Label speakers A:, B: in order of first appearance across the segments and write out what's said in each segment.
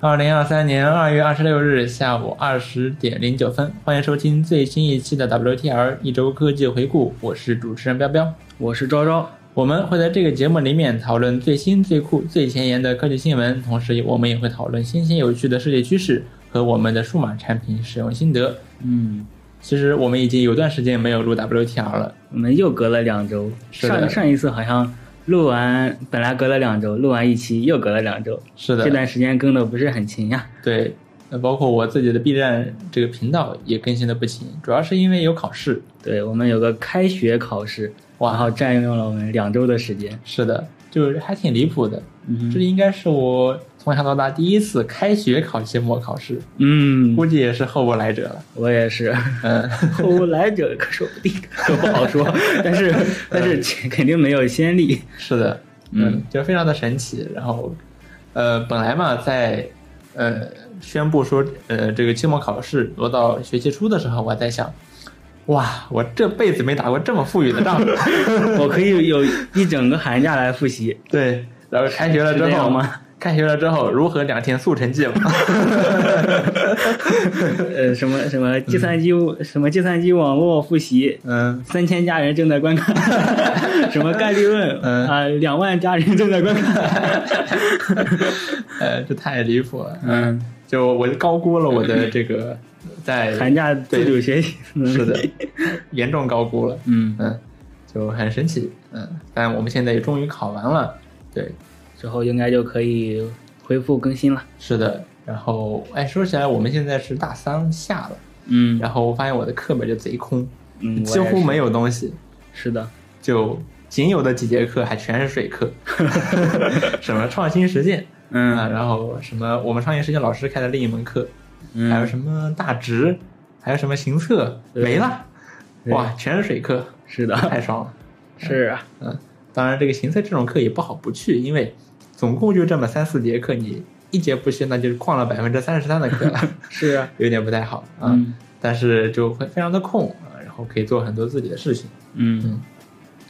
A: 二零二三年二月二十六日下午二十点零九分，欢迎收听最新一期的 WTR 一周科技回顾，我是主持人彪彪。
B: 我是昭昭，
A: 我们会在这个节目里面讨论最新、最酷、最前沿的科技新闻，同时我们也会讨论新鲜有趣的世界趋势和我们的数码产品使用心得。
B: 嗯，
A: 其实我们已经有段时间没有录 WTR 了，
B: 我们又隔了两周，
A: 是的
B: 上上一次好像录完，本来隔了两周，录完一期又隔了两周，
A: 是的
B: 这，段时间更的不是很勤呀。
A: 对，呃包括我自己的 B 站这个频道也更新的不勤，主要是因为有考试。
B: 对我们有个开学考试，然
A: 哇，
B: 后占用了我们两周的时间。
A: 是的，就是还挺离谱的。
B: 嗯
A: 这
B: 哼
A: 应该是我从小到大第一次开学考期末考试，
B: 嗯，
A: 估计也是后无来者了。
B: 我也 是，
A: 嗯，
B: 后来者可说不定，可不好说。 但是但
A: 嗯
B: 是肯定没有先例。
A: 是的，
B: 嗯
A: 嗯，就非常的神奇。然后，呃，本来嘛，在呃宣布说呃这个期末考试挪到学期初的时候，我还在想，哇，我这辈子没打过这么富裕的 仗。
B: 我可以有一整个寒假来复习，
A: 对，然后开学了
B: 是
A: 之
B: 这
A: 后
B: 样？吗？
A: 开学了之后如何两天速成 绩嘛？
B: 呃，什么什么计算机、什么计算机网络复习，
A: 嗯，
B: 三千家人正在观 看，什么概率论
A: 嗯
B: 啊，两万家人正在观看。
A: 呃，这太离谱了。
B: 嗯，
A: 就我高估了我的这个在
B: 寒假自主学习能力
A: 是的，严重高估了。
B: 嗯，
A: 嗯，就很神奇。嗯，但我们现在也终于考完了。对，
B: 之后应该就可以恢复更新了。
A: 是的。然后，哎，说起来，我们现在是大三下了，
B: 嗯
A: 然后我发现我的课本就贼空，
B: 嗯，
A: 几乎没
B: 有。
A: 有东西，
B: 是的，
A: 就仅有的几节课还全是水 课，什么创新实践啊，
B: 嗯
A: 然后什么我们创新实践老师开的另一门课，
B: 嗯，
A: 还有什么大值，还有什么行测，
B: 对
A: 没了，
B: 对
A: 哇，全是水 课，
B: 是的，
A: 太爽了。嗯
B: 是啊，
A: 当然，这个行测这种课也不好不去，因为总共就这么三四节课，你一节不去，那就是旷了百分之三十三的课了，
B: 是啊，
A: 有点不太好啊。
B: 嗯
A: 但是就会非常的空啊，然后可以做很多自己的事情。
B: 嗯，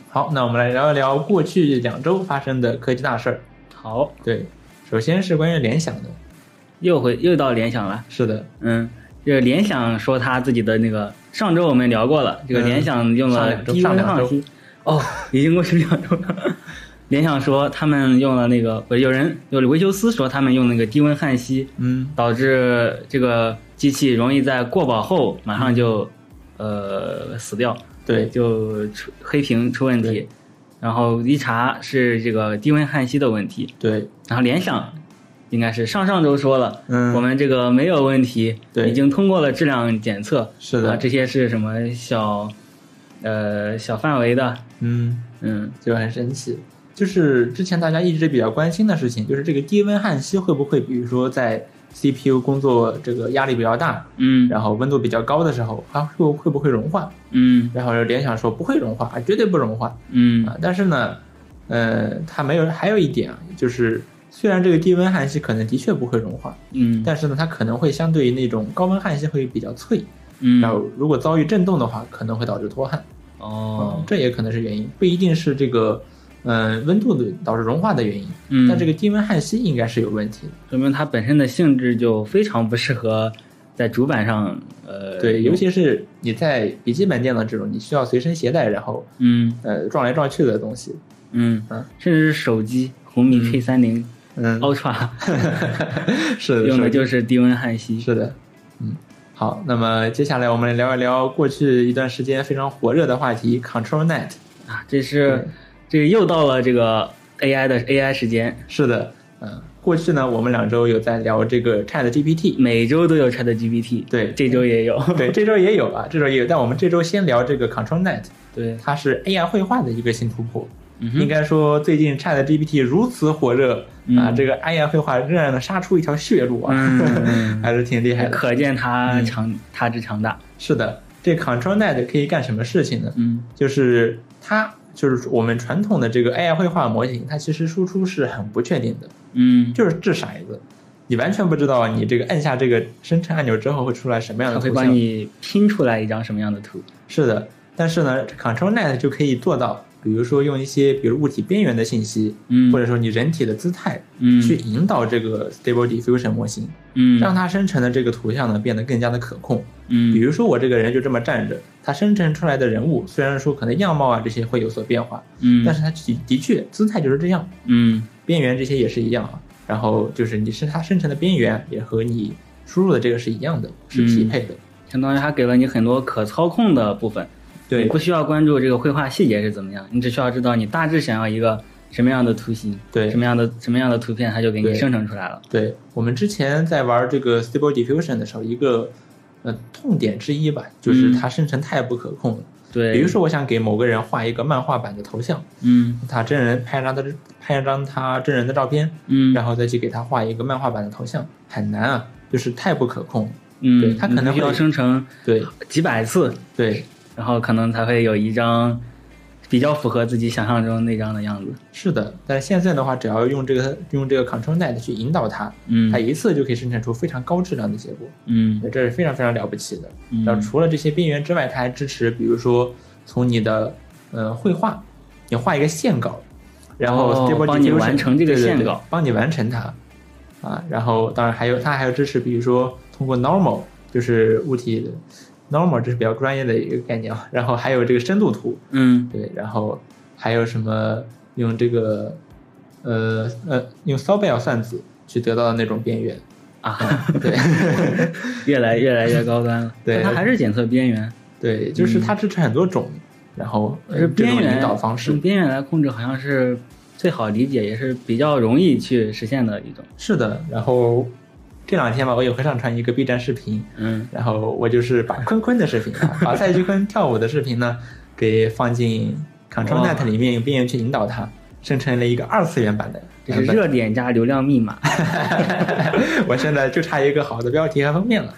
A: 好，那我们来聊一聊过去两周发生的科技大事儿。
B: 好，
A: 对，首先是关于联想的，
B: 又回又到联想了。
A: 是的，
B: 嗯，这联想说他自己的那个，上周我们聊过了，这个
A: 嗯
B: 联想用
A: 上
B: 了
A: 两周
B: 低
A: 上
B: 温
A: 两周
B: 放吸，哦，已经过去两周了。 联想说他们用了那个，不是有人有维修师说他们用那个低温焊锡，
A: 嗯，
B: 导致这个机器容易在过保后马上就呃死掉，
A: 嗯对，
B: 就出黑屏出问题
A: 对，
B: 然后一查是这个低温焊锡的问题，
A: 对，
B: 然后联想应该是上上周说了，
A: 嗯，
B: 我们这个没有问题，
A: 对
B: 已经通过了质量检测。
A: 是的
B: 啊，这些是什么小，呃，小范围的，
A: 嗯，
B: 嗯，
A: 就很神奇。就是之前大家一直比较关心的事情，就是这个低温焊锡会不会，比如说在 CPU 工作这个压力比较大，
B: 嗯，
A: 然后温度比较高的时候，它会会不会融化？
B: 嗯，
A: 然后联想说不会融化，啊绝对不融化
B: 嗯，
A: 啊。但是呢，呃，它没有，还有一点啊，就是虽然这个低温焊锡可能的确不会融化，
B: 嗯，
A: 但是呢，它可能会相对于那种高温焊锡会比较脆，
B: 嗯
A: 然，后如果遭遇震动的话，可能会导致脱焊。
B: 哦，
A: 嗯这也可能是原因，不一定是这个嗯、呃温度的导致融化的原因，
B: 嗯，
A: 但这个低温焊锡应该是有问题的。
B: 说明它本身的性质就非常不适合在主板上，呃，
A: 对，
B: 用
A: 尤其是你在笔记本电脑这种你需要随身携带，然后
B: 嗯
A: 呃撞来撞去的东西，
B: 嗯
A: 嗯，
B: 甚至是手机红米 K 三零
A: 嗯，
B: Ultra
A: 是的，
B: 哦用的
A: 是
B: 就是低温焊锡，
A: 是的，嗯，好，那么接下来我们来聊一聊过去一段时间非常火热的话题 ControlNet。
B: 啊，这是这个又到了这个 AI 的 AI 时间，
A: 是的，嗯，过去呢我们两周有在聊这个 Chat GPT，
B: 每周都有 Chat GPT，
A: 对
B: 这 周也有，
A: 对，这周也有啊，这周也有，但我们这周先聊这个 ControlNet。
B: 对，
A: 它是 AI 绘画的一个新突破。
B: 嗯
A: 应
B: 哼，
A: 该说，最近 Chat GPT 如此火热、
B: 嗯
A: 啊，这个 AI 绘画仍然能杀出一条血路啊，
B: 嗯
A: 还是挺厉害的。
B: 可见
A: 嗯
B: 它强，它之强大，
A: 是的，这 ControlNet 可以干什么事情呢？
B: 嗯
A: 就是它，就是我们传统的这个 AI 绘画模型，它其实输出是很不确定的，
B: 嗯，
A: 就是掷骰子，你完全不知道你这个按下这个生成按钮之后会出来什么样
B: 它
A: 的
B: 会
A: 图
B: 帮
A: 像。
B: 你拼出来一张什么样的图，
A: 是的，但是呢，ControlNet 就可以做到比如说用一些比如物体边缘的信息，
B: 嗯
A: 或者说你人体的姿态，
B: 嗯
A: 去引导这个 Stable Diffusion 模型，
B: 嗯
A: 让它生成的这个图像呢变得更加的可控。
B: 嗯
A: 比如说我这个人就这么站着，它生成出来的人物虽然说可能样貌啊这些会有所变化，
B: 嗯
A: 但是它的的确姿态就是这样，
B: 嗯
A: 边缘这些也是一样啊。然后就是你是它生成的边缘也和你输入的这个是一样的，是匹配的。
B: 相当于它给了你很多可操控的部分，
A: 对
B: 你不需要关注这个绘画细节是怎么样，你只需要知道你大致想要一个什么样的图形，
A: 对
B: 什么样的什么样的图片，它就给你
A: 对
B: 生成出来了。
A: 对，我们之前在玩这个 Stable Diffusion 的时候，一个呃痛点之一吧，
B: 嗯
A: 就是它生成太不可控了。
B: 对，
A: 比如，说，我想给某个人画一个漫画版的头像，
B: 嗯
A: 他真人拍张他的拍一张他真人的照片，
B: 嗯，
A: 然后再去给他画一个漫画版的头像，很难啊，就是太不可控了。
B: 嗯，
A: 对它可能
B: 你必须要
A: 会
B: 生成
A: 对
B: 几百次，
A: 对，
B: 然后可能才会有一张比较符合自己想象中那张的样子。
A: 是的。但是现在的话，只要用这个用这个 Control Net 去引导它，
B: 嗯
A: 它一次就可以生产出非常高质量的结果，
B: 嗯
A: 对这是非常非常了不起的。
B: 嗯，
A: 然后除了这些边缘之外，它还支持，比如说从你的呃绘画，你画一个线稿，然后
B: 哦
A: Stable
B: 帮你
A: Diffusion-
B: 完成这个
A: 对对对
B: 线稿
A: 帮你完成它啊。然后当然还有它还有支持，比如说通过 Normal 就是物体的 Normal 这是比较专业的一个概念啊。然后还有这个深度图，
B: 嗯
A: 对，然后还有什么用这个呃呃用骚贝尔算子去得到的那种边缘，
B: 啊，
A: 对。
B: 越来越来越高端了。
A: 对
B: 但它还是检测边缘，
A: 对，就是它支持很多种，然后
B: 可是
A: 呃这
B: 嗯边
A: 种
B: 缘嗯
A: 引导方式
B: 用。边缘来控制好像是最好理解，也是比较容易去实现的一种。
A: 是的，然后这两天吧，我也会上传一个 B 站视频，
B: 嗯
A: 然后我就是把坤坤的视频啊，把赛区 坤跳舞的视频呢，给放进 Control
B: 哇
A: Net 里面，用边缘去引导它，生成了一个二次元版的。
B: 这是热点加流量密码。
A: 我现在就差一个好的标题和封 面了。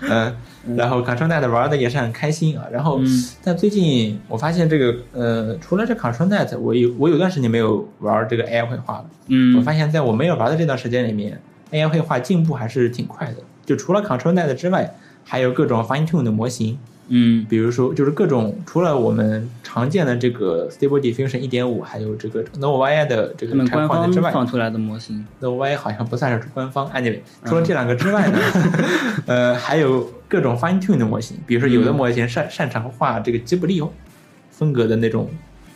A: 嗯，然后 Control Net 玩的也是很开心啊。然后，
B: 嗯
A: 但最近我发现这个呃，除了这 Control Net，我有我有段时间没有玩这个 AI 绘画了。我
B: 嗯
A: 发现在我没有玩的这段时间里面，AI 绘画进步还是挺快的。就除了 Control Net 之外，还有各种 Fine Tune 的模型，
B: 嗯
A: 比如说就是各种除了我们常见的这个 Stable Diffusion 1.5，还有这个 NoVia 的这
B: 他
A: 个
B: 们
A: 拆
B: 官
A: 框
B: 方
A: 的之外
B: 放出来的模型，
A: ，NoVia 好像不算是官方。Anyway，除
B: 嗯
A: 了这两个之外呢， 呃，还有各种 Fine Tune 的模型，比如说有的
B: 嗯
A: 模型擅擅长画这个吉卜力风格的那种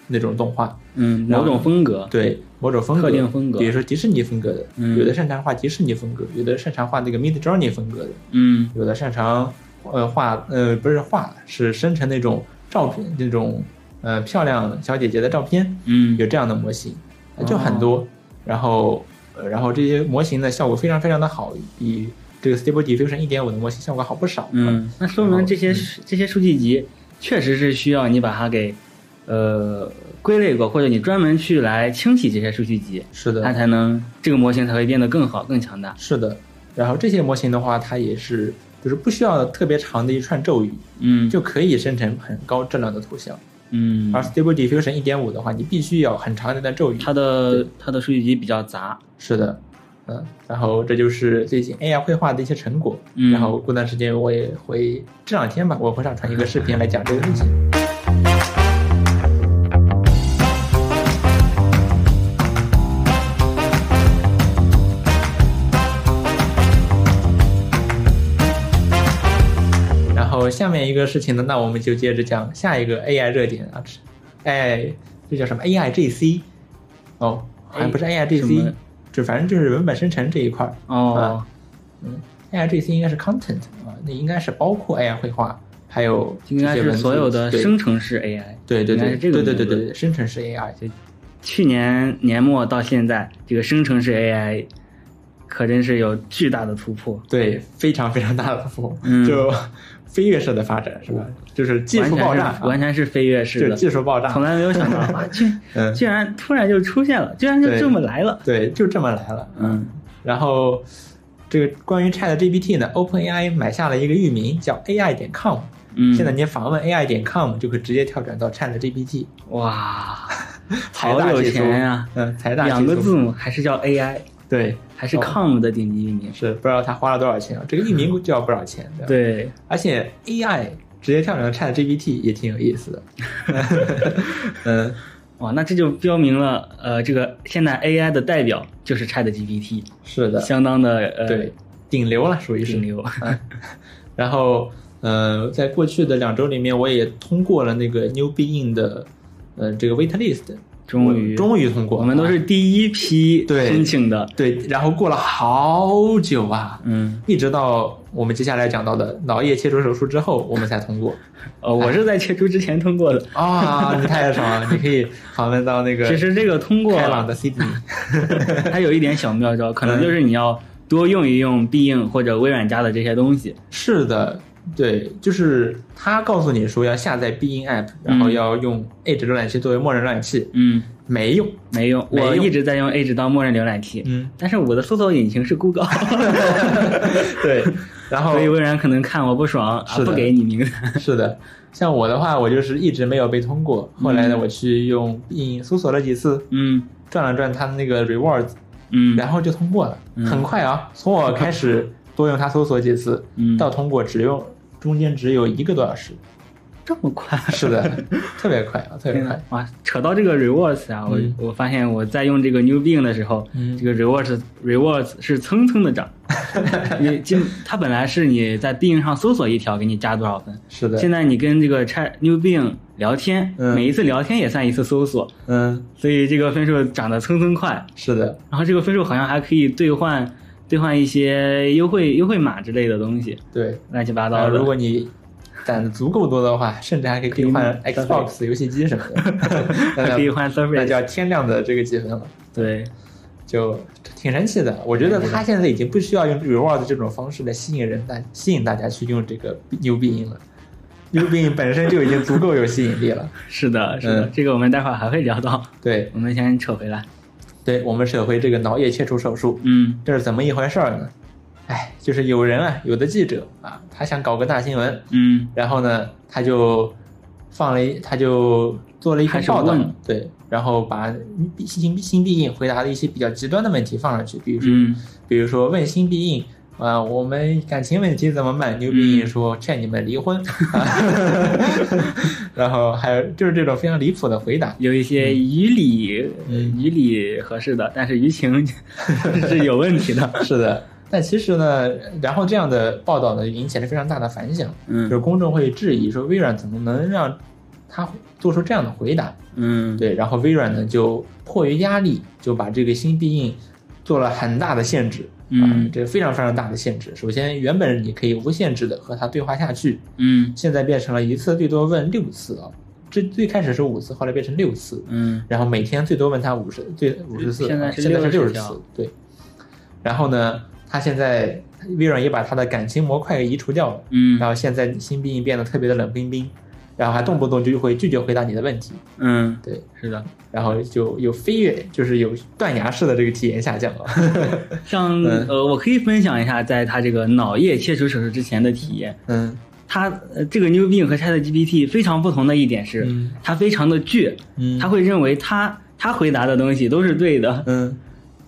A: 那种动画，
B: 嗯，某种风格，
A: 对某种风格，
B: 特定风格
A: 比如说迪士尼风格的，
B: 嗯
A: 有的擅长画迪士尼风格，有的擅长画那个 Mid Journey 风格的，
B: 嗯
A: 有的擅长呃画呃不是画是生成那种照片那种呃漂亮小姐姐的照片，
B: 嗯
A: 有这样的模型，
B: 哦
A: 呃就很多。然后呃然后这些模型的效果非常非常的好，比这个 Stable Diffusion 1.5的模型效果好不少。
B: 嗯，那说明这些
A: 嗯
B: 这些数据集确实是需要你把它给呃归类过，或者你专门去来清洗这些数据集，
A: 是的，
B: 它才能这个模型才会变得更好、更强大。
A: 是的。然后这些模型的话，它也是就是不需要特别长的一串咒语，
B: 嗯，
A: 就可以生成很高质量的图像。
B: 嗯
A: 而，Stable Diffusion 1.5的话，你必须要很长的一段咒语。
B: 它的它的数据集比较杂。
A: 是的，嗯，然后这就是最近 AI 绘画的一些成果。
B: 嗯
A: 然后过段时间我也会这两天吧，我会上传一个视频来讲这个事情。然后下面一个事情呢，那我们就接着讲下一个 AI 热点啊，哎，这叫什么 AIGC？哦，好像不是
B: 哎什么
A: AIGC，就反正就是文本生成这一块儿。
B: 哦，
A: 嗯，AIGC 应该是 content 啊，那应该是包括 AI 绘画，还有
B: 应该
A: 这些文
B: 是
A: 字
B: 所有的
A: 对
B: 生成式 AI。
A: 对对
B: 应该
A: 对
B: 是这个
A: 对对
B: 名字
A: 对对对，生成式 AI
B: 去年年末到现在，这个生成式 AI 可真是有巨大的突破。
A: 对非常非常大的突破，
B: 嗯
A: 就飞跃式的发展是吧？就是技术爆炸啊
B: 完全是，完全是飞跃式
A: 就
B: 的，
A: 技术爆
B: 从
A: 炸，
B: 来没有想到 啊，居
A: 嗯
B: 居然突然就出现了，居然就
A: 对
B: 这么来了。
A: 对，就这么来了。
B: 嗯
A: 然后这个关于 Chat GPT 呢，OpenAI 买下了一个域名叫 AI 点 com，
B: 嗯，
A: 现在您访问 AI 点 com 就可以直接跳转到 Chat GPT，
B: 哇，
A: 财
B: 好
A: 大
B: 有
A: 气粗
B: 钱呀、
A: 嗯，财大气粗
B: 两个字母还是叫 AI，
A: 对。
B: 还是
A: 哦
B: com 的顶级域名。
A: 是不知道他花了多少钱啊？这个域名就要不少钱，吧？
B: 对，
A: 而且 AI 直接跳转到 Chat GPT 也挺有意思的。 嗯，
B: 哇，那这就标明了，呃，这个现在 AI 的代表就是 Chat GPT，
A: 是 的，
B: 相当的呃
A: 对，顶流了，属于是
B: 顶。流。
A: 哎然后，呃，在过去的两周里面，我也通过了那个 New Being 的，呃，这个 wait list，
B: 终于
A: 我终于通过，
B: 我们都是第一批
A: 对
B: 申请的，
A: 对，然后过了好久啊，
B: 嗯，
A: 一直到我们接下来讲到的脑叶切除手术之后，我们才通过。
B: 呃，我
A: 哎
B: 是在切除之前通过的。
A: 啊，你太爽了！你可以访问到那个
B: 其实这个通过
A: 开朗的 Sydney，
B: 它有一点小妙招，可能就是你要多用一用必应或者微软家的这些东西。
A: 是的，对，就是他告诉你说要下载必应 App，然后要用 Edge 浏览器作为默认浏览器，
B: 嗯，
A: 没用。
B: 没用，
A: 没
B: 我
A: 用
B: 一直在用 Edge 当默认浏览器，
A: 嗯，
B: 但是我的搜索引擎 是 Google，
A: 对。然后
B: 所以微软可能看我不爽，啊
A: 是、的
B: 不给你名字。
A: 是的，像我的话，我就是一直没有被通过。后来呢，我去用必应搜索了几次，
B: 嗯
A: 转了转他的那个 rewards，
B: 嗯
A: 然后就通过了，
B: 嗯
A: 很快啊！从我开始多用它搜索几次，
B: 嗯，
A: 到通过只用中间只有一个多小 时。
B: 这么快。
A: 是的，特别快啊，特别
B: 天呐
A: 快。
B: 哇，扯到这个 rewards 啊，我、
A: 嗯
B: 我发现我在用这个 New Bing 的时候，
A: 嗯
B: 这个 rewards rewards 是蹭 蹭的涨。你今它本来是你在 Bing 上搜索一条给你加多少分，
A: 是的，
B: 现在你跟这个 Chat New Bing 聊天，
A: 嗯
B: 每一次聊天也算一次搜索，
A: 嗯，
B: 所以这个分数涨得蹭蹭快。
A: 是的，
B: 然后这个分数好像还可以兑换兑换一些优惠优惠码之类的东西，
A: 对。
B: 乱七八
A: 然
B: 糟
A: 后
B: 的。
A: 啊如果你攒的足够多的话，甚至还可以可以换
B: 可以
A: Xbox 游戏机什么的，
B: 还可 以
A: 那
B: 换
A: 那
B: Surface，
A: 叫天量的这个积分了。
B: 对，
A: 就挺神奇的。我觉得他现在已经不需要用 reward 这种方式来吸引人大吸引大家去用这个牛逼音了。牛逼音本身就已经足够有吸引力了。
B: 是的，是的，
A: 嗯
B: 这个我们待会儿还会聊到，
A: 对，
B: 我们先扯回来。
A: 对我们扯回这个脑叶切除手术，
B: 嗯
A: 这是怎么一回事儿呢？哎，就是有人啊，有的记者啊，他想搞个大新闻，
B: 嗯
A: 然后呢，他就放了一，他就做了一
B: 开
A: 篇
B: 始
A: 报道
B: 问，
A: 对，然后把新新必应回答的一些比较极端的问题放上去，比如说
B: 嗯
A: 比如说问心必应啊、我们感情问题怎么办？牛必应说劝你们离婚， 啊、然后还有就是这种非常离谱的回答，
B: 有一些于理、
A: 嗯
B: 于理合适的，但是于情 是有问题的。
A: 是的。但其实呢，然后这样的报道呢，引起了非常大的反响，就
B: 嗯
A: 是公众会质疑说微软怎么能让他做出这样的回答？
B: 嗯，
A: 对，然后微软呢就迫于压力，就把这个新必应做了很大的限制，啊
B: 嗯，
A: 这个非常非常大的限制。首先，原本你可以无限制的和他对话下去，
B: 嗯
A: 现在变成了一次最多问六次啊，这最开始是五次，后来变成六次，
B: 嗯
A: 然后每天最多问他五十，最五十次，
B: 现在
A: 啊
B: 是
A: 现在是六
B: 60
A: 十
B: 条
A: 次，对。然后呢，他现在微软也把他的感情模块给移除掉了，然
B: 嗯
A: 后现在新兵变得特别的冷冰冰，然后还动不动就会拒绝回答你的问题，
B: 嗯，
A: 对，
B: 是的，
A: 然后就有飞跃，就是有断崖式的这个体验下降 了。
B: 像
A: 嗯
B: 呃，我可以分享一下，在他这个脑叶切除手术之前的体验。
A: 嗯
B: 它呃，这个 New Bing 和 Chat GPT 非常不同的一点是，
A: 嗯
B: 它非常的倔，
A: 嗯
B: 它会认为它它回答的东西都是对的，
A: 嗯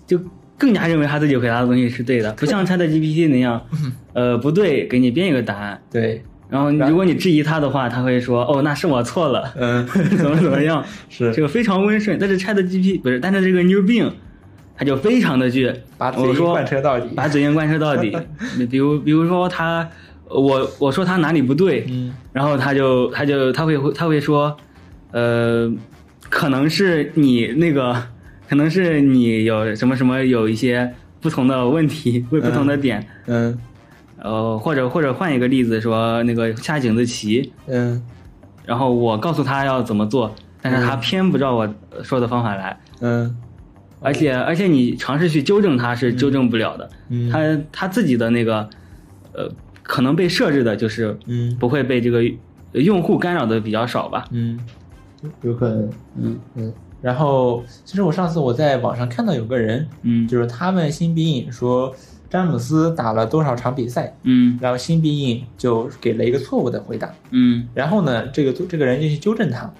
B: 就更加认为他自己回答的东西是对的，不像 Chat GPT 那样，呃，不对，给你编一个答案。
A: 嗯对
B: 然后，如果你质疑他的话，他会说：“哦，那是我错了，
A: 嗯
B: 怎么怎么样。” 这
A: 是
B: 个非常温顺。但是 Chat GPT 不是，但是这个 New Bing，他就非常的倔，
A: 把
B: 我
A: 嘴
B: 说
A: 贯彻到底。
B: 把嘴硬贯彻到底。比 如，比如说他，我我说他哪里不对，
A: 嗯
B: 然后他就他就他会他会说，呃，可能是你那个，可能是你有什么什么有一些不同的问题，不不同的点，
A: 嗯
B: 呃，或者或者换一个例子说，那个下井子棋，
A: 嗯
B: 然后我告诉他要怎么做，但是他偏不照我说的方法来，
A: 嗯
B: 而且而且你尝试去纠正他是纠正不了的，
A: 嗯
B: 他他自己的那个，呃，可能被设置的就是
A: 嗯
B: 不会被这个用户干扰的比较少吧，
A: 嗯，有可能。
B: 嗯
A: 嗯，然后其实我上次我在网上看到有个人，
B: 嗯
A: 就是他问新必应说詹姆斯打了多少场比赛，
B: 嗯
A: 然后新必应就给了一个错误的回答，
B: 嗯，
A: 然后呢，这个这个人就去纠正他，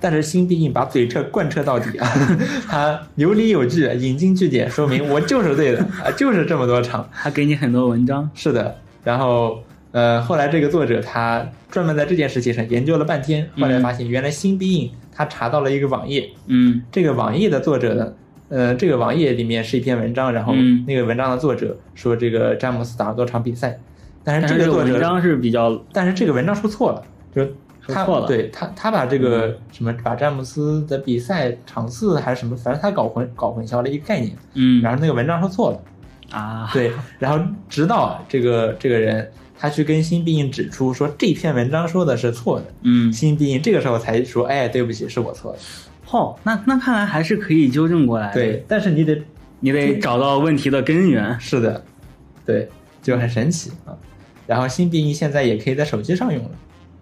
A: 但是新必应把嘴彻贯彻到底啊， 他有理有据，引经据典，说明我就是对的啊，就是这么多场，
B: 他给你很多文章，
A: 是的，然后呃，后来这个作者他专门在这件事情上研究了半天，后来
B: 嗯
A: 发现原来新必应他查到了一个网页，
B: 嗯
A: 这个网页的作者呢，呃，这个网页里面是一篇文章，然后
B: 嗯
A: 那个文章的作者说这个詹姆斯打了多场比赛，但
B: 但
A: 是这
B: 是哎这
A: 个
B: 个
A: 作者，
B: 文章是比较
A: 但是这个文章说错了，就是他
B: 说错了嗯
A: 对他他把这个什么把詹姆斯的比赛场次还是什么，反正他搞混搞混淆了一个概念，
B: 嗯
A: 然后那个文章说错了，
B: 啊，
A: 对，然后直到这个这个人他去跟新必应指出说这篇文章说的是错的，
B: 嗯，
A: 新必应这个时候才说，哎，对不起，是我错了，
B: 哦，那那看来还是可以纠正过来的，
A: 对，哎但是你得
B: 你得找到问题的根源，
A: 是的，对，就很神奇啊。然后新必应现在也可以在手机上用了，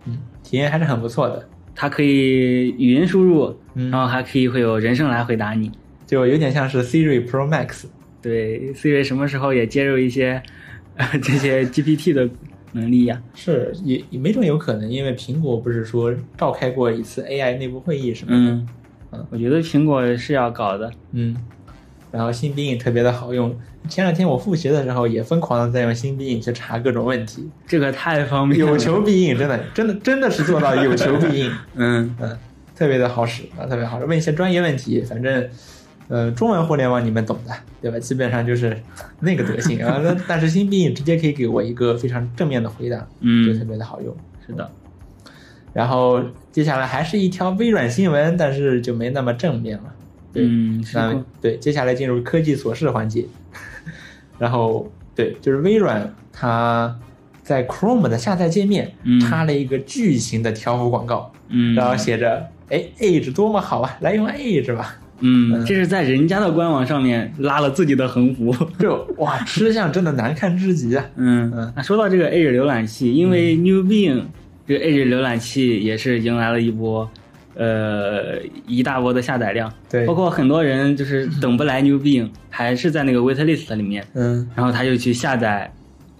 A: 嗯，体验还是很不错的，
B: 它可以语音输入，
A: 嗯
B: 然后还可以会有人声来回答你。
A: 就有点像是 Siri Pro Max。
B: 对，Siri 什么时候也接入一些、 呃、这些 GPT 的能力呀、
A: 是，也也没准有可能，因为苹果不是说召开过一次 AI 内部会议什么的，
B: 嗯，我觉得苹果是要搞的。
A: 嗯然后新必应特别的好用。前两天我复习的时候也疯狂的在用新必应去查各种问题，
B: 这个太方便了。
A: 有求必应，真的，真的，真的是做到有求必应。
B: 嗯
A: 嗯，特别的好使啊，特别好使。问一些专业问题，反正，呃，中文互联网你们懂的，对吧？基本上就是那个德行啊。那但是新必应直接可以给我一个非常正面的回答，就特
B: 嗯，
A: 别的好用。嗯
B: 是的，
A: 然后接下来还是一条微软新闻，但是就没那么正面了。对
B: 嗯，是
A: 那
B: 的
A: 对，接下来进入科技琐事环节。 然后对，就是微软它在 Chrome 的下载界面
B: 嗯
A: 插了一个巨型的条幅广告。
B: 嗯，
A: 然后写着，哎，age 多么好啊，来用 age 吧。
B: 嗯，这是在人家的官网上面拉了自己的横幅。
A: 这哇，吃相真的难看至极 啊。嗯
B: 嗯，那说到这个 Edge 浏览器，因为 New Bing 这个 Edge 浏览器也是迎来了一波，呃，一大波的下载量，
A: 对
B: 包括很多人就是等不来 New Bing，还是在那个 waitlist 里面，
A: 嗯，
B: 然后他就去下载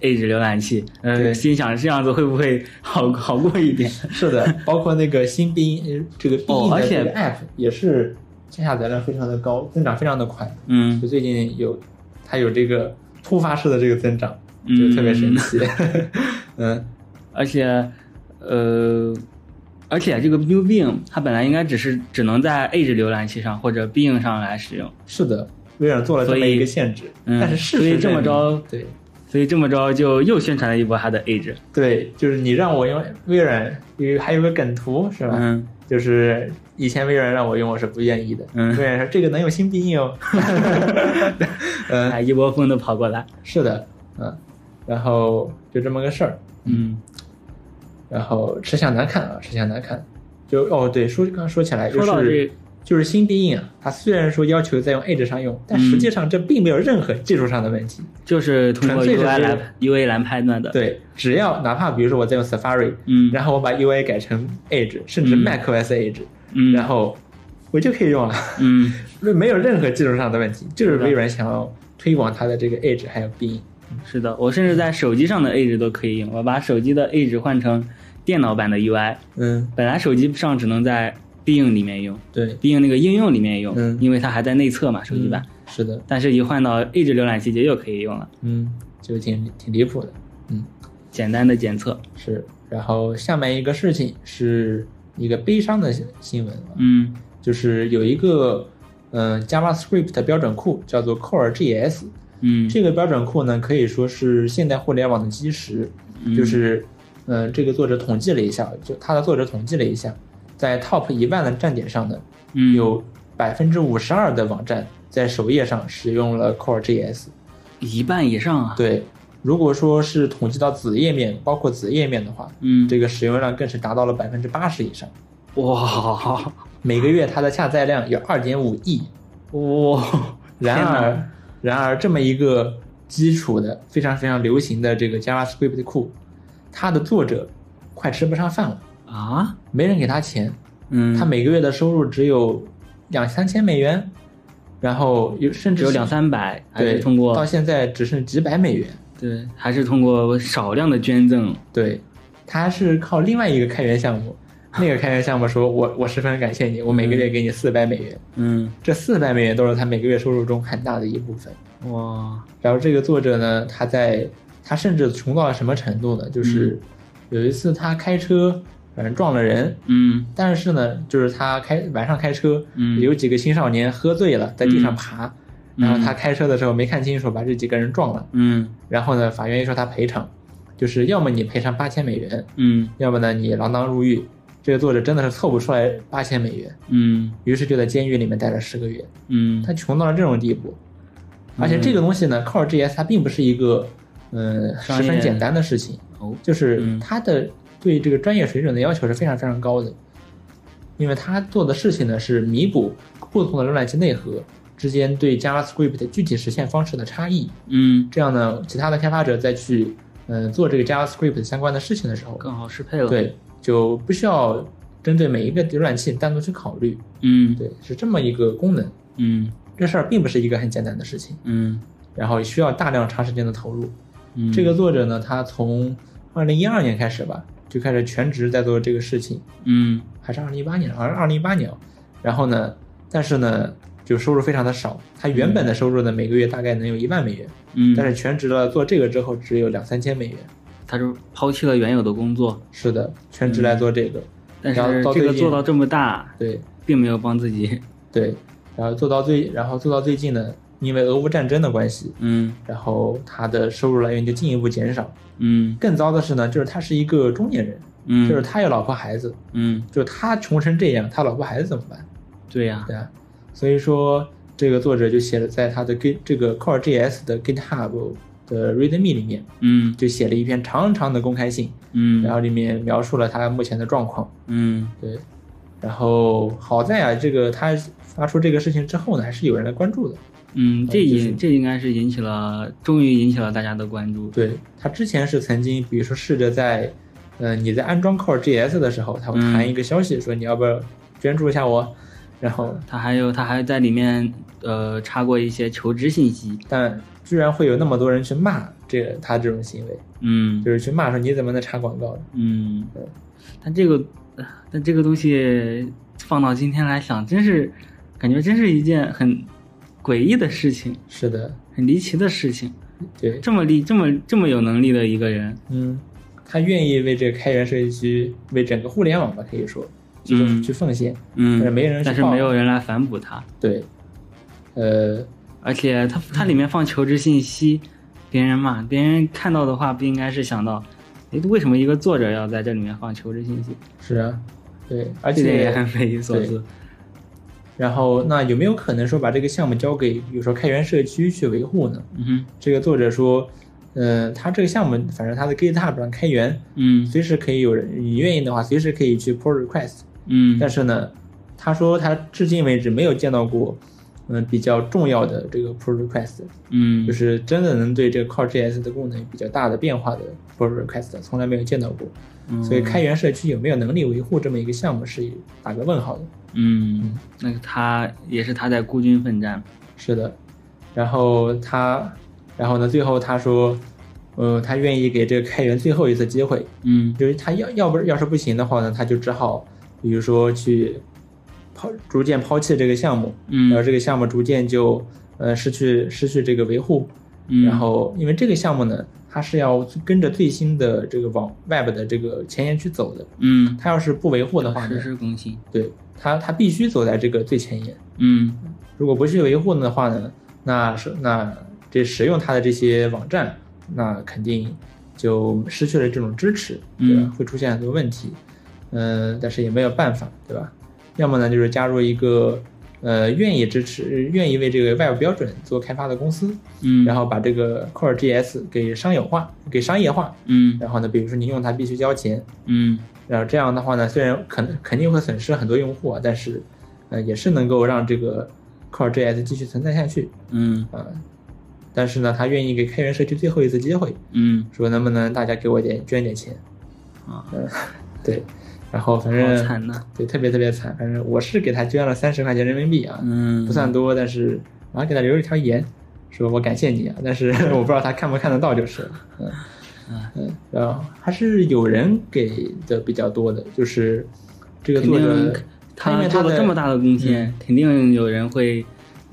B: Edge 浏览器，
A: 对
B: 呃，心想这样子会不会好 好过一点？
A: 是 的，包括那个新兵这个 B E
B: 哦
A: 的
B: 而且
A: 这个 app 也是下载量非常的高，增长非常的快。
B: 嗯
A: 就最近有它有这个突发式的这个增长，就
B: 嗯
A: 特别神奇。 嗯，
B: 而且，呃，而且这个 New Bing 它本来应该只是只能在 Edge 浏览器上或者 Bing 上来使用，
A: 是的，微软做了这么
B: 所以
A: 一个限制，
B: 嗯
A: 但是事
B: 所以
A: 实
B: 这么
A: 证明
B: 着
A: 对。
B: 所以这么着就又宣传了一波它的 Edge。
A: 对，就是你让我用微软，有还有个梗图是吧？
B: 嗯，
A: 就是以前微软让我用，我是不愿意的。
B: 嗯
A: 微软说这个能用新必应 哦。嗯，
B: 哎，一窝蜂的跑过来。
A: 是的，嗯，然后就这么个事儿，
B: 嗯，
A: 然后吃相难看啊，吃相难看。就哦，对，说刚刚说起来，就
B: 嗯说到
A: 是
B: 这，
A: 就是新必应啊，它虽然说要求在用 Edge 上用，但实
B: 嗯
A: 际上这并没有任何技术上的问题。
B: 就是通过
A: 纯粹是
B: UI
A: 这个
B: 来 UI 来判断的。，
A: 对，只要哪怕比如说我在用 Safari，
B: 嗯
A: 然后我把 UI 改成 Edge，甚至
B: 嗯
A: macOS Edge，、
B: 嗯，
A: 然后我就可以用了。
B: 嗯，
A: 没没有任何技术上的问题，就是
B: 是的
A: 微软想要推广它的这个 Edge 还有 Bing。
B: 是的，我甚至在手机上的 Edge 都可以用，我把手机的 Edge 换成电脑版的 UI，
A: 嗯，
B: 本来手机上只能在 Bing 里面用
A: 对，
B: ，Bing 那个应用里面用，
A: 嗯
B: 因为它还在内测嘛，手机版。
A: 是的，
B: 但是，一换到 Edge 浏览器就又可以用了，
A: 嗯，就挺挺离谱的，嗯，
B: 简单的检测。
A: 是。然后下面一个事情是一个悲伤的新闻啊，
B: 嗯
A: 就是有一个嗯、呃 JavaScript 的标准库叫做 Core JS，
B: 嗯，
A: 这个标准库呢可以说是现代互联网的基石，
B: 嗯
A: 就是，嗯、这个作者统计了一下，就他的作者统计了一下，在 Top 一万的站点上呢，
B: 嗯
A: 有百分之五十二的网站在首页上使用了 Core JS。
B: 一半以上啊。
A: 对，如果说是统计到子页面，包括子页面的话，
B: 嗯，
A: 这个使用量更是达到了百分之八十以上。
B: 哇
A: 每个月它的下载量有二点五亿。
B: 哇，
A: 然
B: 天哪
A: 而，然而这么一个基础的、非常非常流行的这个 JavaScript 库，它的作者快吃不上饭了，
B: 啊，
A: 没人给他钱，
B: 嗯，
A: 他每个月的收入只有两三千美元，然后有甚至
B: 只有两三百，还
A: 对，
B: 是通
A: 到
B: 过
A: 现在只剩几百美元。
B: 对，还是通过少量的捐赠，
A: 对，他是靠另外一个开源项 目，那个开源项目说我我十分感谢你，我每个月给你四百美元，
B: 嗯，
A: 这四百美元都是他每个月收入中很大的一部分。
B: 哇，
A: 然后这个作者呢，他在他甚至穷到了什么程度呢？
B: 嗯
A: 就是有一次他开车，反正撞了人，
B: 嗯
A: 但是呢，就是他开晚上开车，
B: 嗯
A: 有几个青少年喝醉了，在地上
B: 嗯
A: 爬，
B: 嗯
A: 然后他开车的时候没看清楚，把这几个人撞了。
B: 嗯
A: 然后呢，法院说他赔偿，就是要么你赔偿八千美元，
B: 嗯
A: 要么呢你锒铛入狱。这个作者真的是凑不出来八千美元，
B: 嗯
A: 于是就在监狱里面待了十个月。
B: 嗯
A: 他穷到了这种地步，而且这个东西呢，Core GS 它并不是一个嗯、
B: 商
A: 十分
B: 业
A: 简单的事情，
B: 哦
A: 就是
B: 嗯
A: 他的对这个专业水准的要求是非常非常高的，因为他做的事情呢是弥补不同的浏览器内核之间对 JavaScript 具体实现方式的差异。
B: 嗯
A: 这样呢，其他的开发者再去嗯、呃做这个 JavaScript 相关的事情的时候，
B: 更好适配了
A: 对就不需要针对每一个浏览器单独去考虑，
B: 嗯
A: 对，是这么一个功能。
B: 嗯
A: 这事儿并不是一个很简单的事情，
B: 嗯
A: 然后需要大量长时间的投入。
B: 嗯
A: 这个作者呢，他从二零一二年开始吧，就开始全职在做这个事情，
B: 嗯
A: 还是二零一八年，好像二零一八年哦。然后呢，但是呢，就收入非常的少。他原本的收入呢，每个月大概能有一万美元，
B: 嗯，
A: 但是全职了做这个之后，只有两三千美元。
B: 他是抛弃了原有的工作，
A: 是的，全职来做这个，
B: 但
A: 然
B: 是
A: 后到
B: 这
A: 最
B: 个
A: 近
B: 做到这么大，
A: 对
B: 并没有帮自己，
A: 对。然后做到最，然后做到最近呢，因为俄乌战争的关系，
B: 嗯
A: 然后他的收入来源就进一步减少。
B: 嗯
A: 更糟的是呢，就是他是一个中年人，
B: 嗯，
A: 就是他有老婆孩子，
B: 嗯，
A: 就是他穷成这样，他老婆孩子怎么办？
B: 对呀，
A: 对啊，所以说这个作者就写了，在他的 Git 这个 Core JS 的 GitHub 的 README 里面，
B: 嗯
A: 就写了一篇长长的公开信，
B: 嗯，
A: 然后里面描述了他目前的状况。
B: 嗯
A: 对，然后好在啊，这个他发出这个事情之后呢，还是有人来关注的。
B: 嗯，这
A: 啊就是
B: 引这应该是引起了，终于引起了大家的关注，
A: 对他之前是曾经，比如说试着在，嗯、你在安装 Core JS 的时候，他会
B: 嗯
A: 弹一个消息说你要不要捐助一下我，然后
B: 他还有他还在里面呃插过一些求职信息，
A: 但居然会有那么多人去骂这个他这种行为，
B: 嗯
A: 就是去骂说你怎么能插广告呢？
B: 嗯
A: 对，
B: 但这个呃但这个东西放到今天来想，真是感觉真是一件很诡异的事情，
A: 是的，
B: 很离奇的事情。
A: 对，
B: 这么厉这么这么有能力的一个人，
A: 嗯，他愿意为这个开源社区，为整个互联网吧，可以说去、
B: 嗯
A: 去奉献，但是
B: 嗯，
A: 没人去
B: 但是
A: 报
B: 没有人来反哺他，
A: 对，呃，
B: 而且他他里面放求职信息，别人骂，别人看到的话不应该是想到，诶，为什么一个作者要在这里面放求职信息？
A: 是啊，对，而
B: 这点也
A: 且
B: 很匪夷所思。
A: 然后，那有没有可能说把这个项目交给，比如说开源社区去维护呢？
B: 嗯哼，
A: 这个作者说，呃，他这个项目反正他的 GitHub 上开源，
B: 嗯
A: 随时可以有人，你愿意的话，随时可以去 pull request。
B: 嗯
A: 但是呢，他说他至今为止没有见到过，嗯、比较重要的这个 pull request，
B: 嗯
A: 就，是真的能对这个 Core JS 的功能有比较大的变化的 pull request，从来没有见到过。
B: 嗯
A: 所以开源社区有没有能力维护这么一个项目是打个问号的。
B: 嗯，那个他也是他在孤军奋战。
A: 是的，然后他，然后呢，最后他说，呃，他愿意给这个开源最后一次机会，
B: 嗯
A: 就是他要要不要是不行的话呢，他就只好，比如说去抛逐渐抛弃这个项目，然后
B: 嗯
A: 这个项目逐渐就呃失去失去这个维护，
B: 嗯，
A: 然后因为这个项目呢，它是要跟着最新的这个网 Web 的这个前沿去走的，
B: 嗯，
A: 它要是不维护的话
B: 实
A: 呢，
B: 时更新。
A: 对它它必须走在这个最前沿。
B: 嗯
A: 如果不去维护的话呢，那是那这使用它的这些网站，那肯定就失去了这种支持，对吧？
B: 嗯
A: 会出现很多问题，嗯、但是也没有办法，对吧？要么呢，就是加入一个呃愿意支持、愿意为这个 Web 标准做开发的公司，
B: 嗯，
A: 然后把这个 Core JS 给商有化、给商业化，
B: 嗯
A: 然后呢，比如说你用它必须交钱，
B: 嗯
A: 然呃后这样的话呢，虽然肯肯定会损失很多用户啊，但是，呃，也是能够让这个 Core JS 继续存在下去
B: 嗯
A: 啊、但是呢，他愿意给开源社区最后一次机会，
B: 嗯
A: 说能不能大家给我点捐点钱？
B: 啊，
A: 对，然后反
B: 好
A: 正
B: 惨呐。
A: 对特别特别惨，反正我是给他捐了三十块钱人民币啊，
B: 嗯，
A: 不算多，但是我还给他留了一条言，说我感谢你啊，但 是我不知道他看不看得到就是了。嗯
B: 啊
A: 嗯，然后还是有人给的比较多的，就是这个
B: 肯
A: 作者
B: 定
A: 因
B: 他
A: 为
B: 做
A: 的嗯
B: 了这么大的贡献，肯定有人会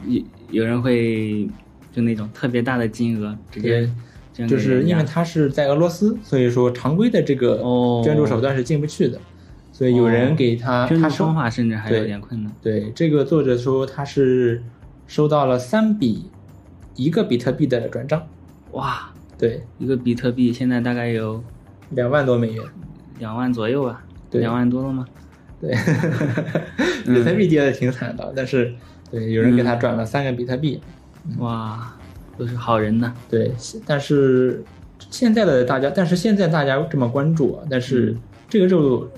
B: 有有人会就那种特别大的金额直接
A: 对
B: 捐给
A: 就是
B: 人家
A: 因为它是在俄罗斯，所以说常规的这个
B: 哦
A: 捐助手段是进不去的，所以有人给他
B: 捐
A: 他
B: 助
A: 收
B: 方法甚至还有
A: 对
B: 点困难。
A: 对，这个作者说他是收到了三笔一个比特币的转账，
B: 哇，
A: 对，
B: 一个比特币现在大概有
A: 两万多美元，
B: 两万左右吧，
A: 对
B: 两万多了吗？
A: 对， 比特币跌的挺惨的，但是对，有人给他
B: 嗯
A: 转了三个比特币，嗯
B: 哇，都是好人呐。
A: 对，但是现在的大家，但是现在大家这么关注啊，但是
B: 嗯
A: 这个热度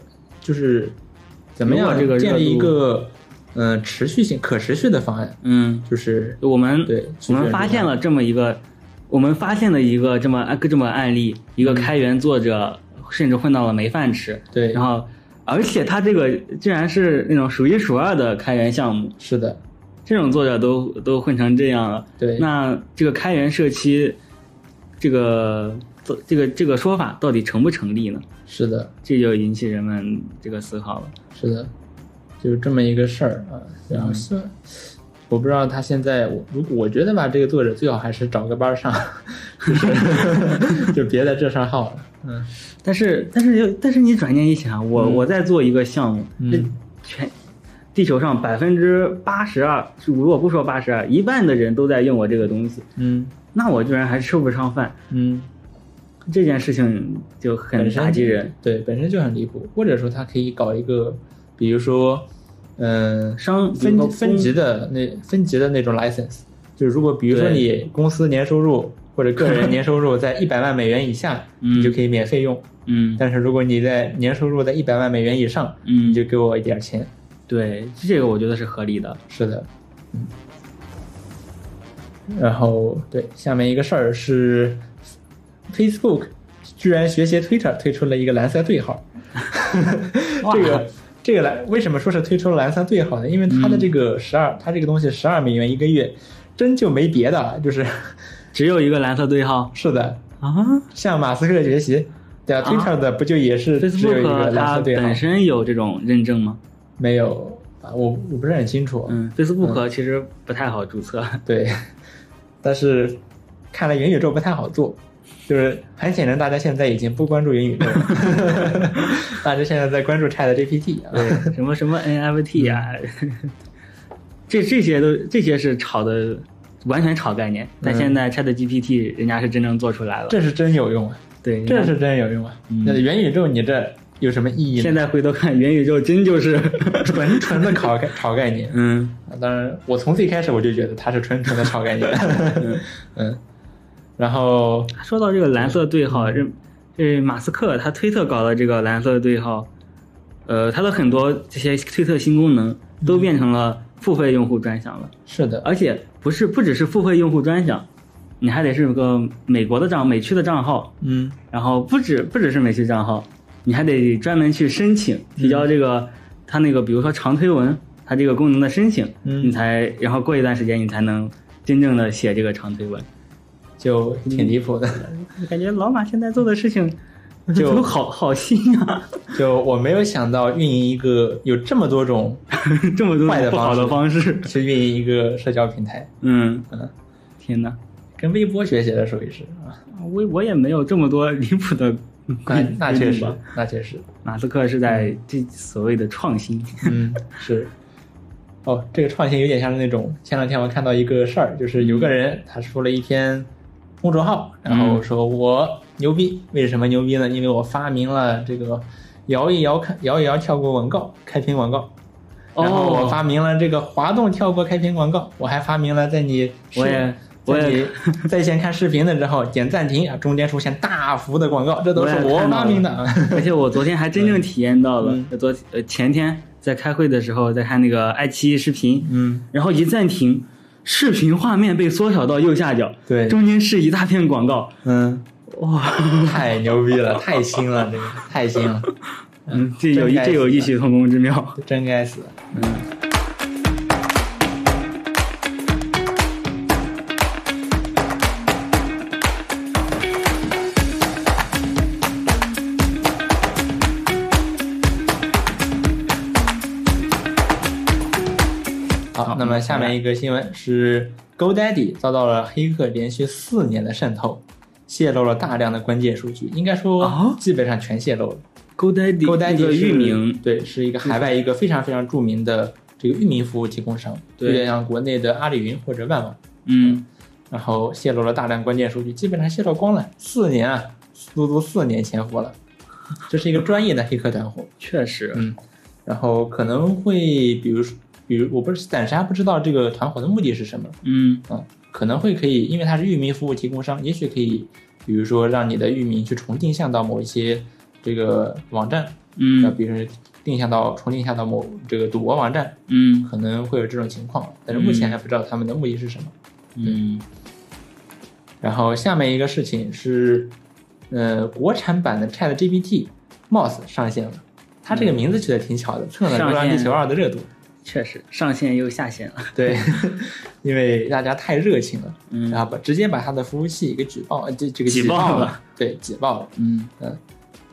A: 就是怎么
B: 如
A: 样
B: 果这个热度
A: 建立一个嗯、呃持续性、可持续的方案，
B: 嗯，
A: 就是
B: 我们
A: 对
B: 我们发现了这么一个，我们发现了一个这么啊这么案例，
A: 嗯
B: 一个开源作者甚至混到了没饭吃，
A: 对
B: 然，后而且他这个竟然是那种数一数二的开源项目，
A: 是的，
B: 这种作者都都混成这样了，
A: 对，
B: 那这个开源社区，这个这个这个说法到底成不成立呢？
A: 是的。
B: 这就引起人们这个思考了。
A: 是的，就是这么一个事儿啊。然后是，我不知道他现在，我如果我觉得吧，这个作者最好还是找个班儿上，就是 就别在这上耗了。嗯
B: 但是但是又但是你转念一想，啊我、我在做一个项目，
A: 嗯
B: 这全地球上百分之八十二，如果不说八十二，一半的人都在用我这个东西，
A: 嗯
B: 那我居然还吃不上饭，
A: 嗯，
B: 这件事情就
A: 本
B: 很
A: 身
B: 打击人。，
A: 对，本身就很离谱。或者说，他可以搞一个，比如说，嗯、
B: 商有个
A: 分分
B: 公
A: 级的那分级的那种 license，就是如果比如说
B: 对
A: 你公司年收入或者个人年收入在一百万美元以下，
B: 嗯
A: 你就可以免费用。
B: 嗯
A: 但是如果你在年收入在一百万美元以上，
B: 嗯
A: 你，就给我一点钱。
B: 对，这个我觉得是合理的。
A: 是的，嗯。然后对，下面一个事儿是，Facebook 居然学习 Twitter 推出了一个蓝色对号。
B: 哇
A: 这个这个蓝为什么说是推出了蓝色对号呢？因为它的这个
B: 嗯
A: 十二、它这个东西十二美元一个月，真就没别的了，就是
B: 只有一个蓝色对号
A: 是的，
B: 啊
A: 向马斯克学习。对啊
B: 啊
A: ，Twitter 的不就也是只有一个
B: ，Facebook
A: 蓝
B: 它
A: 色对号
B: 本？身有这种认证吗？
A: 没有啊，我我不是很清楚。
B: 嗯，Facebook 其实不太好注册。
A: 对，但是看来元宇宙不太好做，就是很显然大家现在已经不关注元宇宙 了， 大家现在在关注 Chat GPT 啊。
B: 对， 什么什么 NFT 啊，这这些都这些是炒的，完全炒概念。但
A: 嗯
B: 现在 Chat GPT 人家是真正做出来了，
A: 这是真有用啊，
B: 对，
A: 这
B: 人家
A: 是真有用啊！
B: 嗯
A: 那元宇宙你这有什么意义
B: 现
A: 呢？
B: 在回头看元宇宙真就是，
A: 纯纯的炒概炒概念，
B: 嗯
A: 啊当然我从最开始我就觉得它是纯纯的炒概念， 嗯，然后
B: 说到这个蓝色对号，这这马斯克他推特搞的这个蓝色对号，呃，他的很多这些推特新功能都变成了付费用户专享了。
A: 是的，
B: 而且不是不只是付费用户专享，你还得是个美国的账、美区的账号，
A: 嗯
B: 然后不止不只是美区账号，你还得专门去申请提交这个、它那个，比如说长推文，它这个功能的申请，
A: 嗯
B: 你才然后过一段时间你才能真正的写这个长推文。
A: 就挺离谱的。
B: 嗯 感觉老马现在做的事情
A: 就
B: 都好好 新啊，
A: 就我没有想到运营一个有这么多 种
B: 这么多
A: 坏的
B: 不好的方式，
A: 去运营一个社交平台，
B: 嗯
A: 嗯，
B: 天哪，
A: 跟微博学习的属于是啊，
B: 微博也没有这么多离谱的
A: 那
B: 规
A: 那
B: 规
A: 确
B: 定
A: 实嗯
B: 吧，
A: 那确 实，
B: 马斯克是在这所谓的创新，
A: 嗯，是。哦，这个创新有点像是那种，前两天我看到一个事儿，就是有个
B: 嗯
A: 人他出了一篇公众号，然后说我牛逼，为什么牛逼呢？因为我发明了这个摇一摇看摇一摇跳过广告开屏广告，然后哦
B: 哦
A: 我发明了这个滑动跳过开屏广告，我还发明了在你视
B: 我也我
A: 在
B: 也
A: 你在线看视频的时候点暂停啊，中间出现大幅的广告，这都是
B: 也
A: 我
B: 看到
A: 发明的。
B: 了
A: 啊。
B: 而且我昨天还真正体验到了
A: 嗯，
B: 昨呃前天在开会的时候在看那个爱奇艺视频，
A: 嗯，
B: 然后一暂停，视频画面被缩小到右下角，
A: 对
B: 中间是一大片广告，
A: 嗯，
B: 哇，
A: 太牛逼了，太新了，这个太新了，
B: 嗯，这有一
A: 真该
B: 这有
A: 死
B: 异曲同工之妙，
A: 真该死。
B: 嗯，
A: 好，那么下面一个新闻是 GoDaddy 遭到了黑客连续四年的渗透，泄露了大量的关键数据，应该说
B: 啊
A: 基本上全泄露了。
B: GoDaddy
A: GoDaddy
B: 那个
A: 是
B: 域名，
A: 对，是一个海外一个非常非常著名的这个域名服务提供商，
B: 对
A: 有点像国内的阿里云或者万网，
B: 嗯，
A: 然后泄露了大量关键数据，基本上泄露光了，四年啊，足足四年前后了，这是一个专业的黑客团伙，
B: 确实，
A: 嗯，然后可能会比如说，比如我不是暂时还不知道这个团伙的目的是什么，
B: 嗯
A: 嗯，可能会可以，因为它是域名服务提供商，也许可以，比如说让你的域名去重定向到某一些这个网站，那
B: 嗯
A: 比如说定向到重定向到某这个赌博网站，
B: 嗯
A: 可能会有这种情况，但是目前还不知道他们的目的是什么。
B: 嗯
A: 然后下面一个事情是，呃，国产版的 Chat GPT Moss 上线了，它这个名字取得挺巧的，蹭了《
B: 嗯上
A: 流浪地
B: 线
A: 球二》的热度。
B: 确实上线又下线了，
A: 对，因为大家太热情了，
B: 嗯
A: 然后把直接把他的服务器给举报，呃这这个
B: 挤
A: 挤
B: 爆
A: 爆
B: 了
A: 了，对，挤爆了。
B: 嗯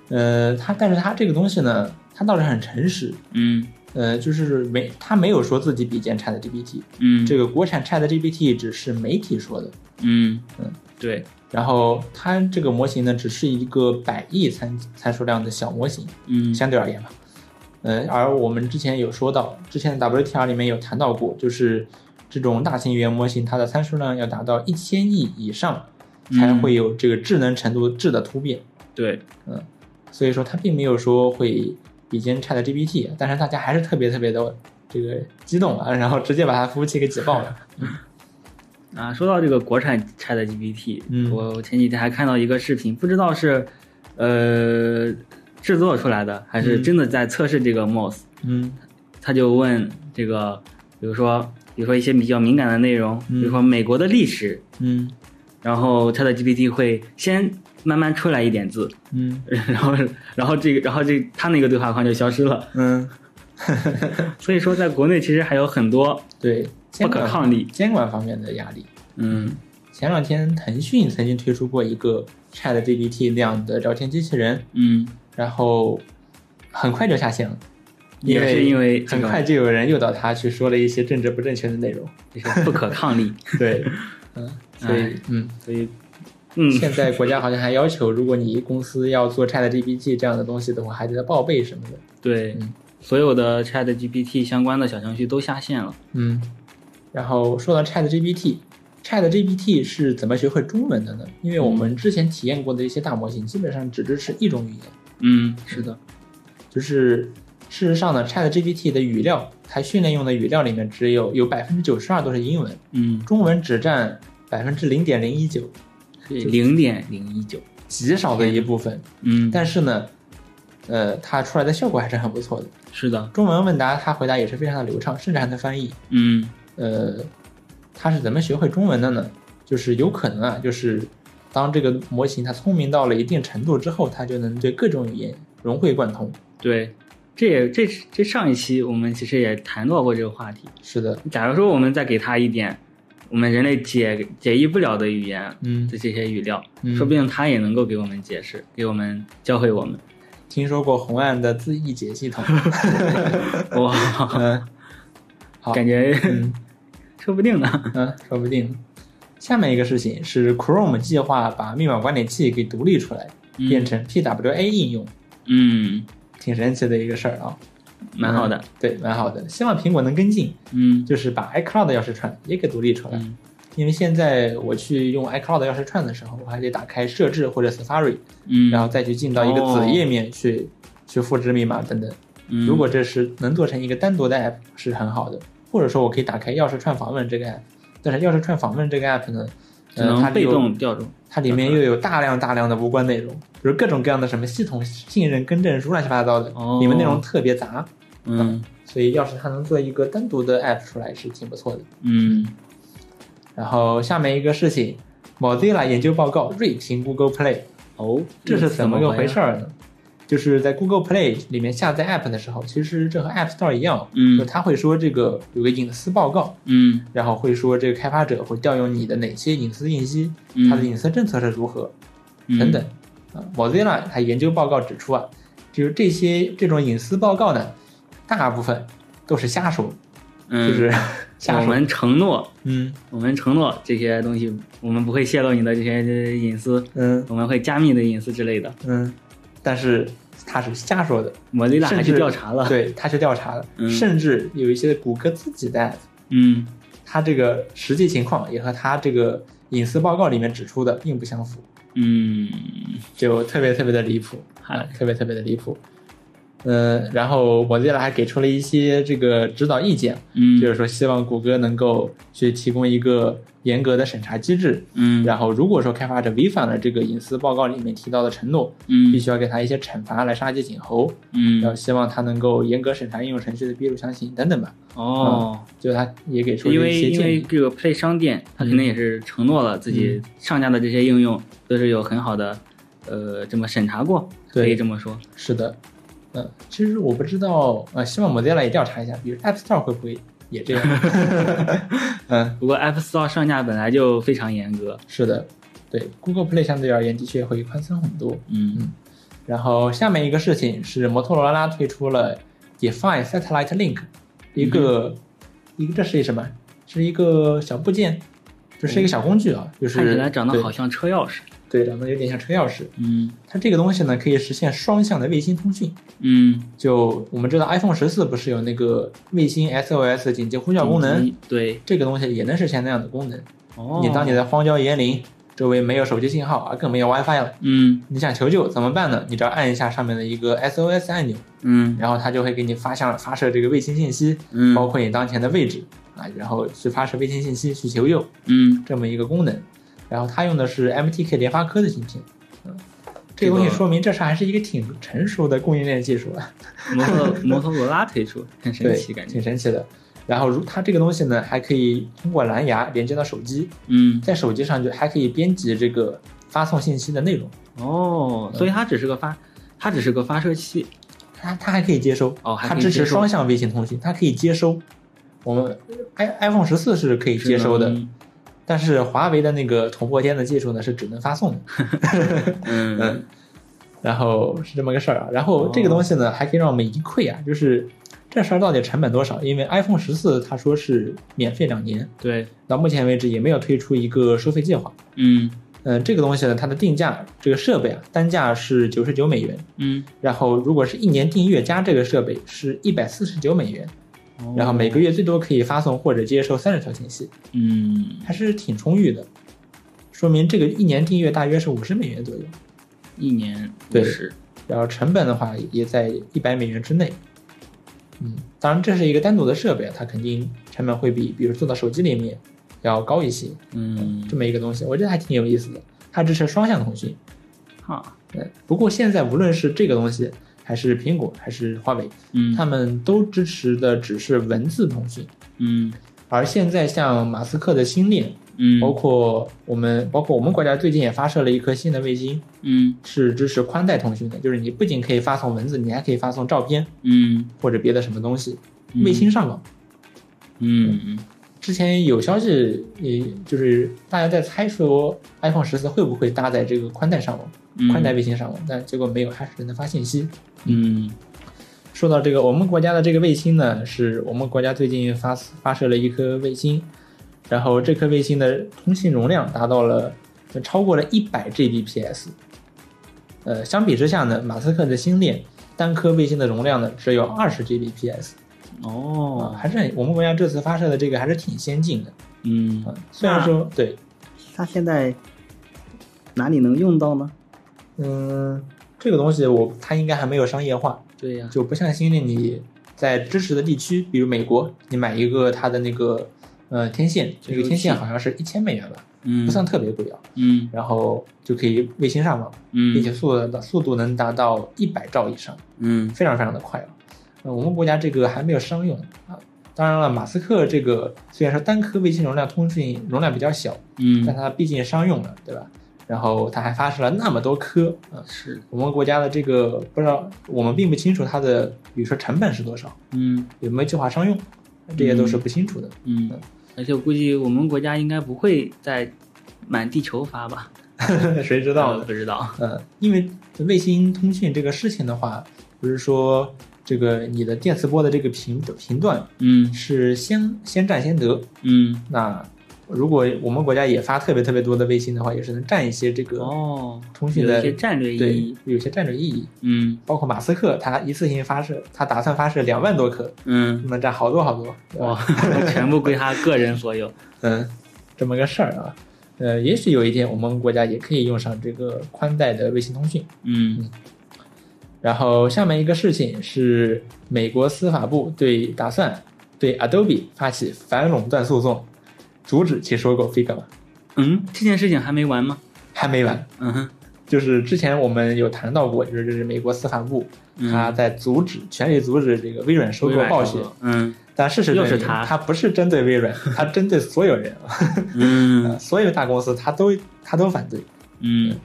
A: 呃，他但是他这个东西呢，他倒是很诚实，
B: 嗯
A: 呃，就是没他没有说自己比肩 ChatGPT，
B: 嗯，
A: 这个国产 ChatGPT 只是媒体说的，
B: 嗯
A: 嗯
B: 对，
A: 然后它这个模型呢，只是一个百亿参参数量的小模型，
B: 嗯
A: 相对而言吧。呃，而我们之前有说到，之前的 WTR 里面有谈到过，就是这种大型语言模型，它的参数量要达到一千亿以上，才
B: 嗯
A: 会有这个智能程度质的突变。
B: 对，
A: 所以说它并没有说会比肩 Chat GPT，但是大家还是特别特别的这个激动啊，然后直接把它服务器给挤爆了。
B: 啊，说到这个国产 Chat GPT，
A: 嗯
B: 我我前几天还看到一个视频，不知道是呃制作出来的，还是
A: 嗯
B: 真的在测试这个 Moss。
A: 嗯
B: 他就问这个，比如说，比如说一些比较敏感的内容，
A: 嗯
B: 比如说美国的历史，
A: 嗯
B: 然后 Chat GPT 会先慢慢出来一点字，
A: 嗯
B: 然后然后这个然后这他那个对话框就消失了。
A: 嗯，
B: 所以说，在国内其实还有很多
A: 对，
B: 不
A: 监
B: 可
A: 管
B: 抗力。
A: 监管方面的压力。
B: 嗯
A: 前两天腾讯曾经推出过一个 Chat GPT 那样的聊天机器人，
B: 嗯，
A: 然后很快就下线了，因
B: 也
A: 为
B: 是因为这
A: 很
B: 个
A: 快就有人诱导他去说了一些政治不正确的内 容。
B: 就是不可抗力，
A: 对，嗯，所以嗯，
B: 所 以哎嗯
A: 现在国家好像还要求，如果你公司要做 Chat GPT 这样的东西的话，还得报备什么的。
B: 对、
A: 嗯
B: 所有的 Chat GPT 相关的小程序都下线了。
A: 嗯，然后说到 Chat GPT，Chat GPT 是怎么学会中文的呢？因为我们之前体验过的一些大模型，基本上只支持一种语言。
B: 嗯，是的，
A: 就是事实上呢，Chat GPT 的语料，它训练用的语料里面只有有百分之九十二都是英文，
B: 嗯，
A: 中文只占百分之零点零一九，
B: 零点零一九，
A: 极少的一部分。
B: 嗯，
A: 但是呢，呃，它出来的效果还是很不错的。
B: 是的，
A: 中文问答它回答也是非常的流畅，甚至还能翻译。
B: 嗯
A: 呃，它是怎么学会中文的呢？就是有可能啊，就是当这个模型它聪明到了一定程度之后，它就能对各种语言融会贯通。
B: 对，这也这这上一期我们其实也谈到过这个话题。
A: 是的，
B: 假如说我们再给他一点我们人类解解译不了的语言
A: 嗯
B: 的这些语料，
A: 嗯
B: 说不定他也能够给我们解释，给我们教会 我们。
A: 听说过红岸的自译解系 统，
B: 哇，
A: 嗯好
B: 感觉、
A: 嗯
B: 说不定呢。
A: 嗯，说不定。下面一个事情是 Chrome 计划把密码管理器给独立出来，
B: 嗯
A: 变成 PWA 应用，
B: 嗯，
A: 挺神奇的一个事儿啊。
B: 蛮好的
A: 嗯。对，蛮好的。希望苹果能跟进，
B: 嗯
A: 就是把 iCloud 的钥匙串也给独立出来。
B: 嗯
A: 因为现在我去用 iCloud 的钥匙串的时候，我还得打开设置或者 Safari，
B: 嗯，
A: 然后再去进到一个
B: 哦
A: 子页面去、去复制密码等等。
B: 嗯
A: 如果这是能做成一个单独的 app 是很好的，或者说我可以打开钥匙串访问这个 app，但是钥匙串访问这个 app 呢，
B: 只
A: 呃，它
B: 能被
A: 有
B: 动嗯调动。
A: 它里面又有大量大量的无关内容，比如各种各样的什么系统信任更正书乱七八糟的，
B: 哦
A: 里面内容特别杂，
B: 嗯
A: 所以要是它能做一个单独的 app 出来是挺不错的。
B: 嗯
A: 然后下面一个事情，Mozilla 研究报告锐评 Google Play，
B: 哦，
A: 这是怎么个回事
B: 儿？
A: 儿呢？就是在 Google Play 里面下载 App 的时候，其实这和 App Store 一样，
B: 嗯
A: 就它会说这个有个隐私报告，
B: 嗯
A: 然后会说这个开发者会调用你的哪些隐私信息，
B: 嗯
A: 它的隐私政策是如何、
B: 嗯
A: 等等。啊，Mozilla 它研究报告指出啊，就是这些这种隐私报告呢，大部分都是瞎说，就
B: 嗯，
A: 是 下
B: 我
A: 手。
B: 们承诺，
A: 嗯
B: 我们承诺这些东西，我们不会泄露你的这些呃隐私，
A: 嗯
B: 我们会加密你的隐私之类的。
A: 嗯，但是他是瞎说的，
B: 摩雷拉还
A: 甚
B: 去
A: 至
B: 调查了，，
A: 对，他去调查了，
B: 嗯
A: 甚至有一些谷歌自己的 app，
B: 嗯
A: 它这个实际情况也和它这个隐私报告里面指出的并不相符，
B: 嗯，
A: 就特别特别的离谱啊
B: 嗨，
A: 特别特别的离谱。嗯，然后摩迪拉还给出了一些这个指导意见，
B: 嗯，
A: 就是说希望谷歌能够去提供一个严格的审查机制，
B: 嗯，
A: 然后如果说开发者违反了这个隐私报告里面提到的承诺，
B: 嗯
A: 必须要给他一些惩罚来杀鸡儆猴，
B: 嗯
A: 然后希望他能够严格审查应用程序的披露详情等等吧。
B: 哦，
A: 就他也给嗯出
B: 因
A: 了
B: 为
A: 一些
B: 因
A: 建
B: 为
A: 议，
B: 这个 Play 商店，它肯定也是承诺了自
A: 嗯
B: 己上架的这些应用都是有很好的呃这么审查过，
A: 对
B: 可以这么说。
A: 是的，嗯、其实我不知道，呃，希望 Mozilla 也调查一下，比如 App Store 会不会也这样？ 嗯，
B: 不过 App Store 上架本来就非常严格，
A: 是的，对，Google Play 相对而言的确会宽松很多。
B: 嗯
A: 然后下面一个事情是摩托罗拉推出了 Define Satellite Link，一
B: 嗯
A: 个、一个这是一什么？是一个小部件，就是一个小工具啊，就是
B: 嗯看起来长得好像车钥匙，
A: 对，对，长得有点像车钥匙。
B: 嗯
A: 它这个东西呢，可以实现双向的卫星通讯。
B: 嗯，
A: 就我们知道 iPhone 十四不是有那个卫星 SOS 紧急呼叫功能，
B: 对，
A: 这个东西也能实现那样的功能。
B: 哦，
A: 你当你在荒郊野岭，周围没有手机信号啊，更没有 WiFi 了，
B: 嗯
A: 你想求救怎么办呢？你只要按一下上面的一个 SOS 按钮，
B: 嗯
A: 然后它就会给你发向发射这个卫星信息，
B: 嗯
A: 包括你当前的位置啊，然后去发射卫星信息去求救
B: 嗯，
A: 这么一个功能。然后它用的是 MTK 联发科的芯片，嗯，这个东西
B: 这个
A: 说明这是还是一个挺成熟的供应链技术啊。
B: 摩托摩托罗拉推出，很神
A: 对，
B: 奇感觉，
A: 挺神奇的。然后如它这个东西呢，还可以通过蓝牙连接到手机，
B: 嗯
A: 在手机上就还可以编辑这个发送信息的内容，
B: 哦，所以它只是个发，它只是个发射器，
A: 它它还可以接收，
B: 哦还
A: 它
B: 可以
A: 支
B: 接
A: 持
B: 收
A: 双向微信通信，它可以接收。我们 i iPhone 十四是可以嗯接收的，但是华为的那个捅破天的技术呢是只能发送的，
B: 嗯
A: 然后是这么个事儿啊。然后这个东西呢、还可以让我们一窥啊，就是这事儿到底成本多少？因为 iPhone 十四它说是免费两年，
B: 对，
A: 到目前为止也没有推出一个收费计划。
B: 嗯
A: 嗯，这个东西呢，它的定价，这个设备啊，单价是九十九美元，
B: 嗯，
A: 然后如果是一年订阅加这个设备是一百四十九美元，
B: 哦
A: 然后每个月最多可以发送或者接收三十条信息，
B: 嗯
A: 还是挺充裕的，说明这个一年订阅大约是五十美元左右，
B: 一年
A: 对
B: 是
A: 然后成本的话也在一百美元之内。嗯，当然这是一个单独的设备，啊它肯定成本会比比如做到手机里面要高一些，
B: 嗯
A: 这么一个东西，我觉得还挺有意思的。它支持双向通讯，
B: 哈
A: 嗯，不过现在无论是这个东西，还是苹果，还是华为，
B: 嗯
A: 他们都支持的只是文字通讯。
B: 嗯
A: 而现在像马斯克的星链，
B: 嗯
A: 包括我们，包括我们国家最近也发射了一颗新的卫星，
B: 嗯
A: 是支持宽带通讯的，就是你不仅可以发送文字，你还可以发送照片
B: 嗯
A: 或者别的什么东西，
B: 嗯
A: 卫星上网。
B: 嗯
A: 之前有消息，也就是大家在猜说 iPhone 十四会不会搭载这个宽带上网，
B: 嗯
A: 宽带卫星上网，但结果没有，还是只能发信息。
B: 嗯
A: 说到这个，我们国家的这个卫星呢，是我们国家最近发发射了一颗卫星，然后这颗卫星的通信容量达到了呃超过了一百 Gbps。呃，相比之下呢，马斯克的星链单颗卫星的容量呢只有二十 Gbps，啊、
B: 哦
A: 还是很我们国家这次发射的这个还是挺先进的。
B: 嗯
A: 啊，虽然说对，
B: 它现在哪里能用到呢？
A: 嗯，这个东西我它应该还没有商业化，
B: 对呀
A: 就不像星链，你在支持的地区，比如美国，你买一个它的那个呃天线，这个天线好像是一千美元吧，
B: 嗯
A: 不算特别贵啊，
B: 嗯
A: 然后就可以卫星上网，
B: 嗯
A: 并且速度速度能达到一百兆以上，
B: 嗯
A: 非常非常的快啊。呃，我们国家这个还没有商用啊。当然了，马斯克这个虽然说单颗卫星容量通讯容量比较小，但
B: 嗯
A: 它毕竟商用了，对吧？然后它还发射了那么多颗啊，
B: 是
A: 我们国家的这个不知道，我们并不清楚它的，比如说成本是多少，
B: 嗯
A: 有没有计划商用，这些都是不清楚的。
B: 嗯，而且我估计我们国家应该不会再满地球发吧？
A: 谁知道
B: 呃
A: 呢？
B: 不知道。
A: 呃，因为卫星通讯这个事情的话，不是说这个你的电磁波的这个频频段
B: 嗯
A: 是先先占先得。
B: 嗯，
A: 那如果我们国家也发特别特别多的卫星的话，也是能占一些这个、
B: 哦，
A: 通讯
B: 有
A: 的
B: 一些战略意
A: 对
B: 义。
A: 有些战略意义。
B: 嗯
A: 包括马斯克，他一次性发射，他打算发射两万多颗，
B: 嗯，
A: 能占好多好多。对吧
B: 哇，全部归他个人所有。
A: 嗯，这么个事儿啊。呃，也许有一天我们国家也可以用上这个宽带的卫星通讯。
B: 嗯
A: 然后下面一个事情是美国司法部对打算对 Adobe 发起反垄断诉讼，阻止其收购 Figma。
B: 嗯，这件事情还没完吗？
A: 还没完，
B: 嗯哼，
A: 就是之前我们有谈到过，就是这是美国司法部
B: 嗯
A: 他在阻止、全力阻止这个微软收购
B: 微软
A: 暴雪，
B: 说嗯
A: 但事实证
B: 又
A: 明
B: 是他
A: 不是针对微 软，他针对所有人，
B: 嗯
A: 所有大公司他都他都反对。
B: 嗯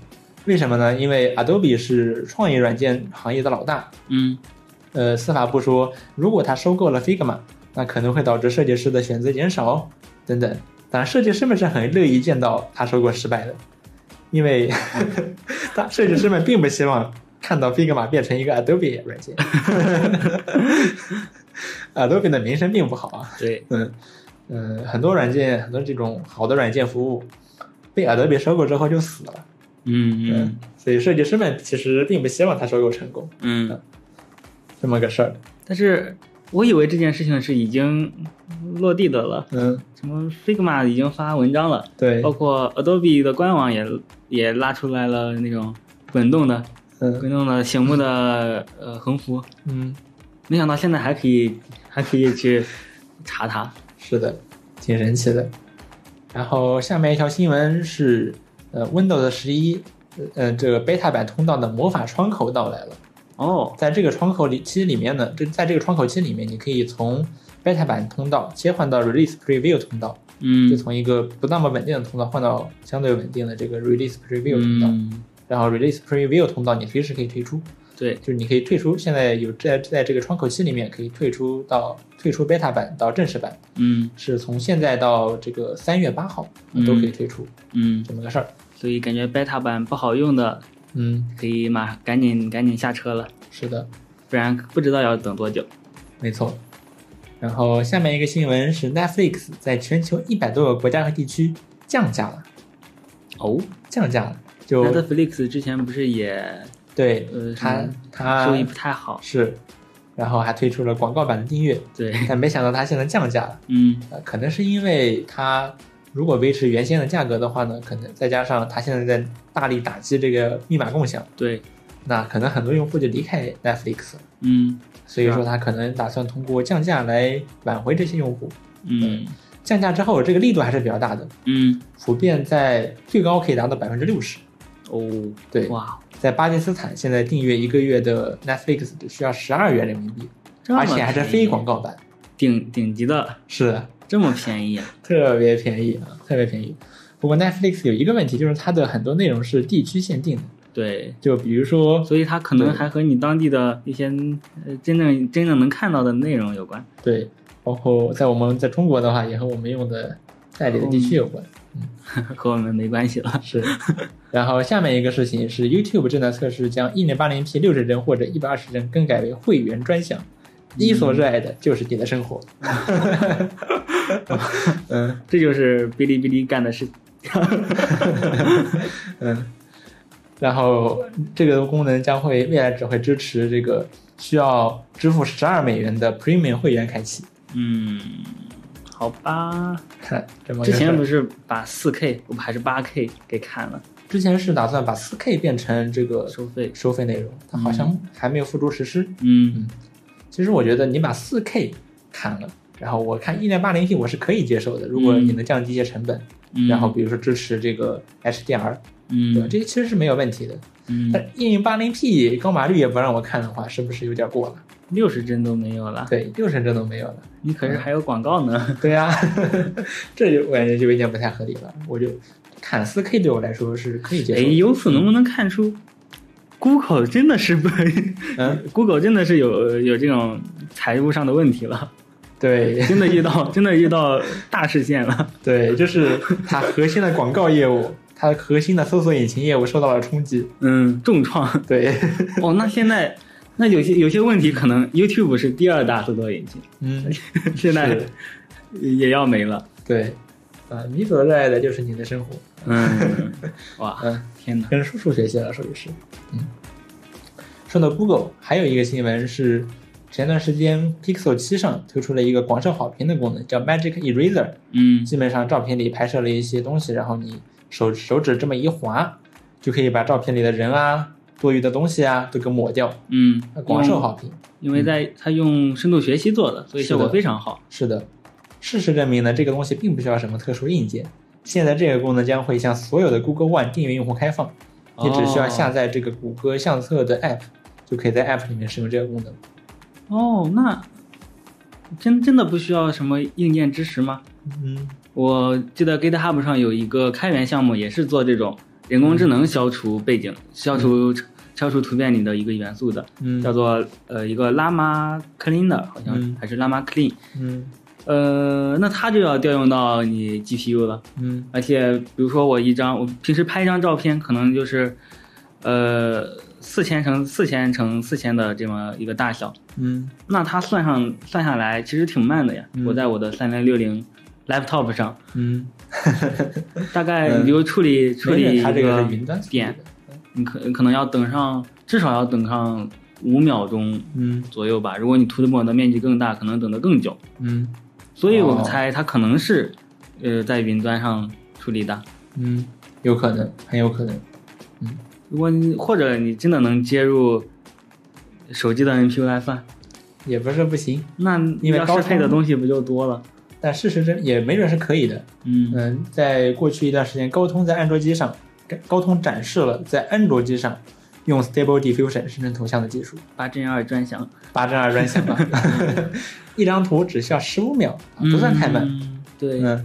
A: 为什么呢？因为 Adobe 是创意软件行业的老大，
B: 嗯
A: 呃，司法部说，如果他收购了 Figma，那可能会导致设计师的选择减少哦等等。当然，设计师们是很乐意见到他收购失败的，因为
B: 嗯
A: 他设计师们并不希望看到 Figma 变成一个 Adobe 软 件。Adobe 的名声并不好啊，
B: 对，
A: 嗯嗯，呃很多软件，很多这种好的软件服务被 Adobe 收购之后就死了，
B: 嗯嗯，
A: 所以设计师们其实并不希望它收购成功，
B: 嗯，
A: 这么个事儿，
B: 但是我以为这件事情是已经落地的了，
A: 嗯，
B: 什么 Figma 已经发文章了，
A: 对
B: 包，括 Adobe 的官网也也拉出来了那种滚动的
A: 嗯。
B: 滚动的醒目的呃横幅，
A: 嗯，
B: 没想到现在还可以还可以去查它。
A: 是的，挺神奇的。然后下面一条新闻是，呃，Windows 十一，呃，这个 beta 版通道的魔法窗口到来了。
B: 哦，
A: 在这个窗口里期里面呢，这在这个窗口期里面，你可以从 beta 版通道切换到 release preview 通道，
B: 嗯
A: 就从一个不那么稳定的通道换到相对稳定的这个 release preview 通道。
B: 嗯，
A: 然后 release preview 通道你随时可以退出，
B: 对，
A: 就是你可以退出。现在有在在这个窗口期里面可以退出到退出 beta 版到正式版。
B: 嗯
A: 是从现在到这个三月八号、
B: 嗯
A: 都可以退出
B: 嗯，
A: 这么个事儿。
B: 所以感觉 beta 版不好用的，
A: 嗯，
B: 可以马赶紧赶紧下车了，
A: 是的，
B: 不然不知道要等多久。
A: 没错。然后下面一个新闻是 Netflix 在全球一百多个国家和地区降价了，
B: 哦
A: 降价了。就
B: ，Netflix 之前不是也
A: 对
B: 呃
A: 它
B: 什么收益
A: 它
B: 不太好？
A: 是，然后还推出了广告版的订阅，
B: 对，
A: 但没想到它现在降价了。
B: 嗯
A: 呃，可能是因为它如果维持原先的价格的话呢，可能再加上它现在在大力打击这个密码共享，
B: 对，
A: 那可能很多用户就离开 Netflix 了。
B: 嗯
A: 所以说他可能打算通过降价来挽回这些用户。呃
B: 嗯
A: 降价之后，这个力度还是比较大的，
B: 嗯，
A: 普遍在最高可以达到百分之六十。
B: 哦，
A: 对，
B: 哇，
A: 在巴基斯坦现在订阅一个月的 Netflix 只需要十二元人民币，
B: 这么
A: 而且还是
B: 便宜
A: 非广告版。
B: 顶顶级的，
A: 是的，
B: 这么便宜啊？
A: 特别便宜啊，特别便宜。不过 Netflix 有一个问题，就是它的很多内容是地区限定的，
B: 对，
A: 就比如说，
B: 所以它可能
A: 对
B: 还和你当地的一些呃真正真正能看到的内容有关。
A: 对，包括在我们在中国的话，也和我们用的代理的地区有关。
B: 嗯和我们没关系了。
A: 是。然后下面一个事情是 YouTube 正在测试将 1080p 六十帧或者一百二十帧更改为会员专项。
B: 嗯
A: 你所热爱的就是你的生活。嗯
B: 这就是哔哩哔哩干的事。
A: 嗯。然后这个功能将会未来只会支持这个需要支付十二美元的 Premium 会员开启。
B: 嗯，好吧。
A: 看这么个
B: 之前
A: 事
B: 不
A: 儿
B: 是把四 K 我们还是八 K 给砍了
A: 之前是打算把 4K 变成这个
B: 收费？
A: 收费内容，但好像还没有付诸实施。
B: 嗯
A: 其实我觉得你把4 K 砍了，然后我看一零八零 P 我是可以接受的，如果你能降低一些成本，
B: 嗯，
A: 然后比如说支持这个 HDR，、对吧？
B: 嗯
A: 这些其实是没有问题的。
B: 嗯
A: 但一零八零 P 高码率也不让我看的话，是不是有点过了？
B: 六十帧都没有了，
A: 对，六十帧都没有了。
B: 你可是还有广告呢。
A: 对呀、 这就我感觉就有点不太合理了。我就砍4 K 对我来说是可以接
B: 哎，
A: 受的。
B: 由此能不能看出，Google 真的是被
A: 嗯，
B: Google 真的是有有这种财务上的问题了，
A: 对
B: 真的遇到真的遇到大事件了。
A: 对，就是它核心的广告业务，它核心的搜索引擎业务受到了冲击。
B: 嗯，重创
A: 对，
B: 哦。那现在那有些有些问题，可能 YouTube 是第二大搜索引擎，
A: 嗯，
B: 现在
A: 是
B: 也要没了。
A: 对，啊，你所热爱的就是你的生活，
B: 嗯，哇，
A: 嗯，
B: 天哪！
A: 跟数数学界了，属于是，嗯。说到 Google，还有一个新闻是，前段时间 Pixel 7上推出了一个广受好评的功能，叫 Magic Eraser。
B: 嗯
A: 基本上照片里拍摄了一些东西，然后你手手指这么一划，就可以把照片里的人啊、多余的东西啊都给抹掉，
B: 嗯，
A: 广受好评。嗯
B: 因为，因为在它用深度学习做的，所以效果
A: 是的
B: 非常好。
A: 是的，事实证明呢，这个东西并不需要什么特殊硬件。现在这个功能将会向所有的 Google One 订阅用户开放，你只需要下载这个谷歌相册的 App，就可以在 App 里面使用这个功能。
B: 哦，那真真的不需要什么硬件支持吗？
A: 嗯，
B: 我记得 GitHub 上有一个开源项目，也是做这种人工智能消除背景、消除消除图片里的一个元素的，
A: 嗯
B: 叫做呃一个 Llama Cleaner，好像、
A: 嗯
B: 还是 Llama Clean。
A: 嗯
B: 呃，那它就要调用到你 GPU 了。
A: 嗯
B: 而且比如说我一张，我平时拍一张照片，可能就是，呃，四千乘四千乘四千的这么一个大小，
A: 嗯
B: 那它算上算下来其实挺慢的呀。
A: 嗯
B: 我在我的三零六零 laptop 上，
A: 嗯，
B: 大概
A: 嗯
B: 你就处理、处理一
A: 它这
B: 个
A: 是云端处理的
B: 点，你可可能要等上至少要等上五秒钟
A: 嗯
B: 左右吧。如果你涂抹的面积更大，可能等得更久。
A: 嗯
B: 所以我
A: 哦
B: 猜它可能是，呃，在云端上处理的。
A: 嗯，有可能，很有可能。
B: 如果你或者你真的能接入手机的 NPU 来算，
A: 也不是不行，
B: 那你
A: 因为
B: 要
A: 高
B: 适配的
A: 通
B: 东西不就多了？
A: 但事实真也没准是可以的。
B: 嗯
A: 嗯，在过去一段时间，高通在安卓机上，高通展示了在安卓机上用 Stable Diffusion 生成图像的技术，
B: 八针二专享，
A: 八帧二专享吧， 一张图只需要十五秒，不算太慢。
B: 嗯对，
A: 嗯，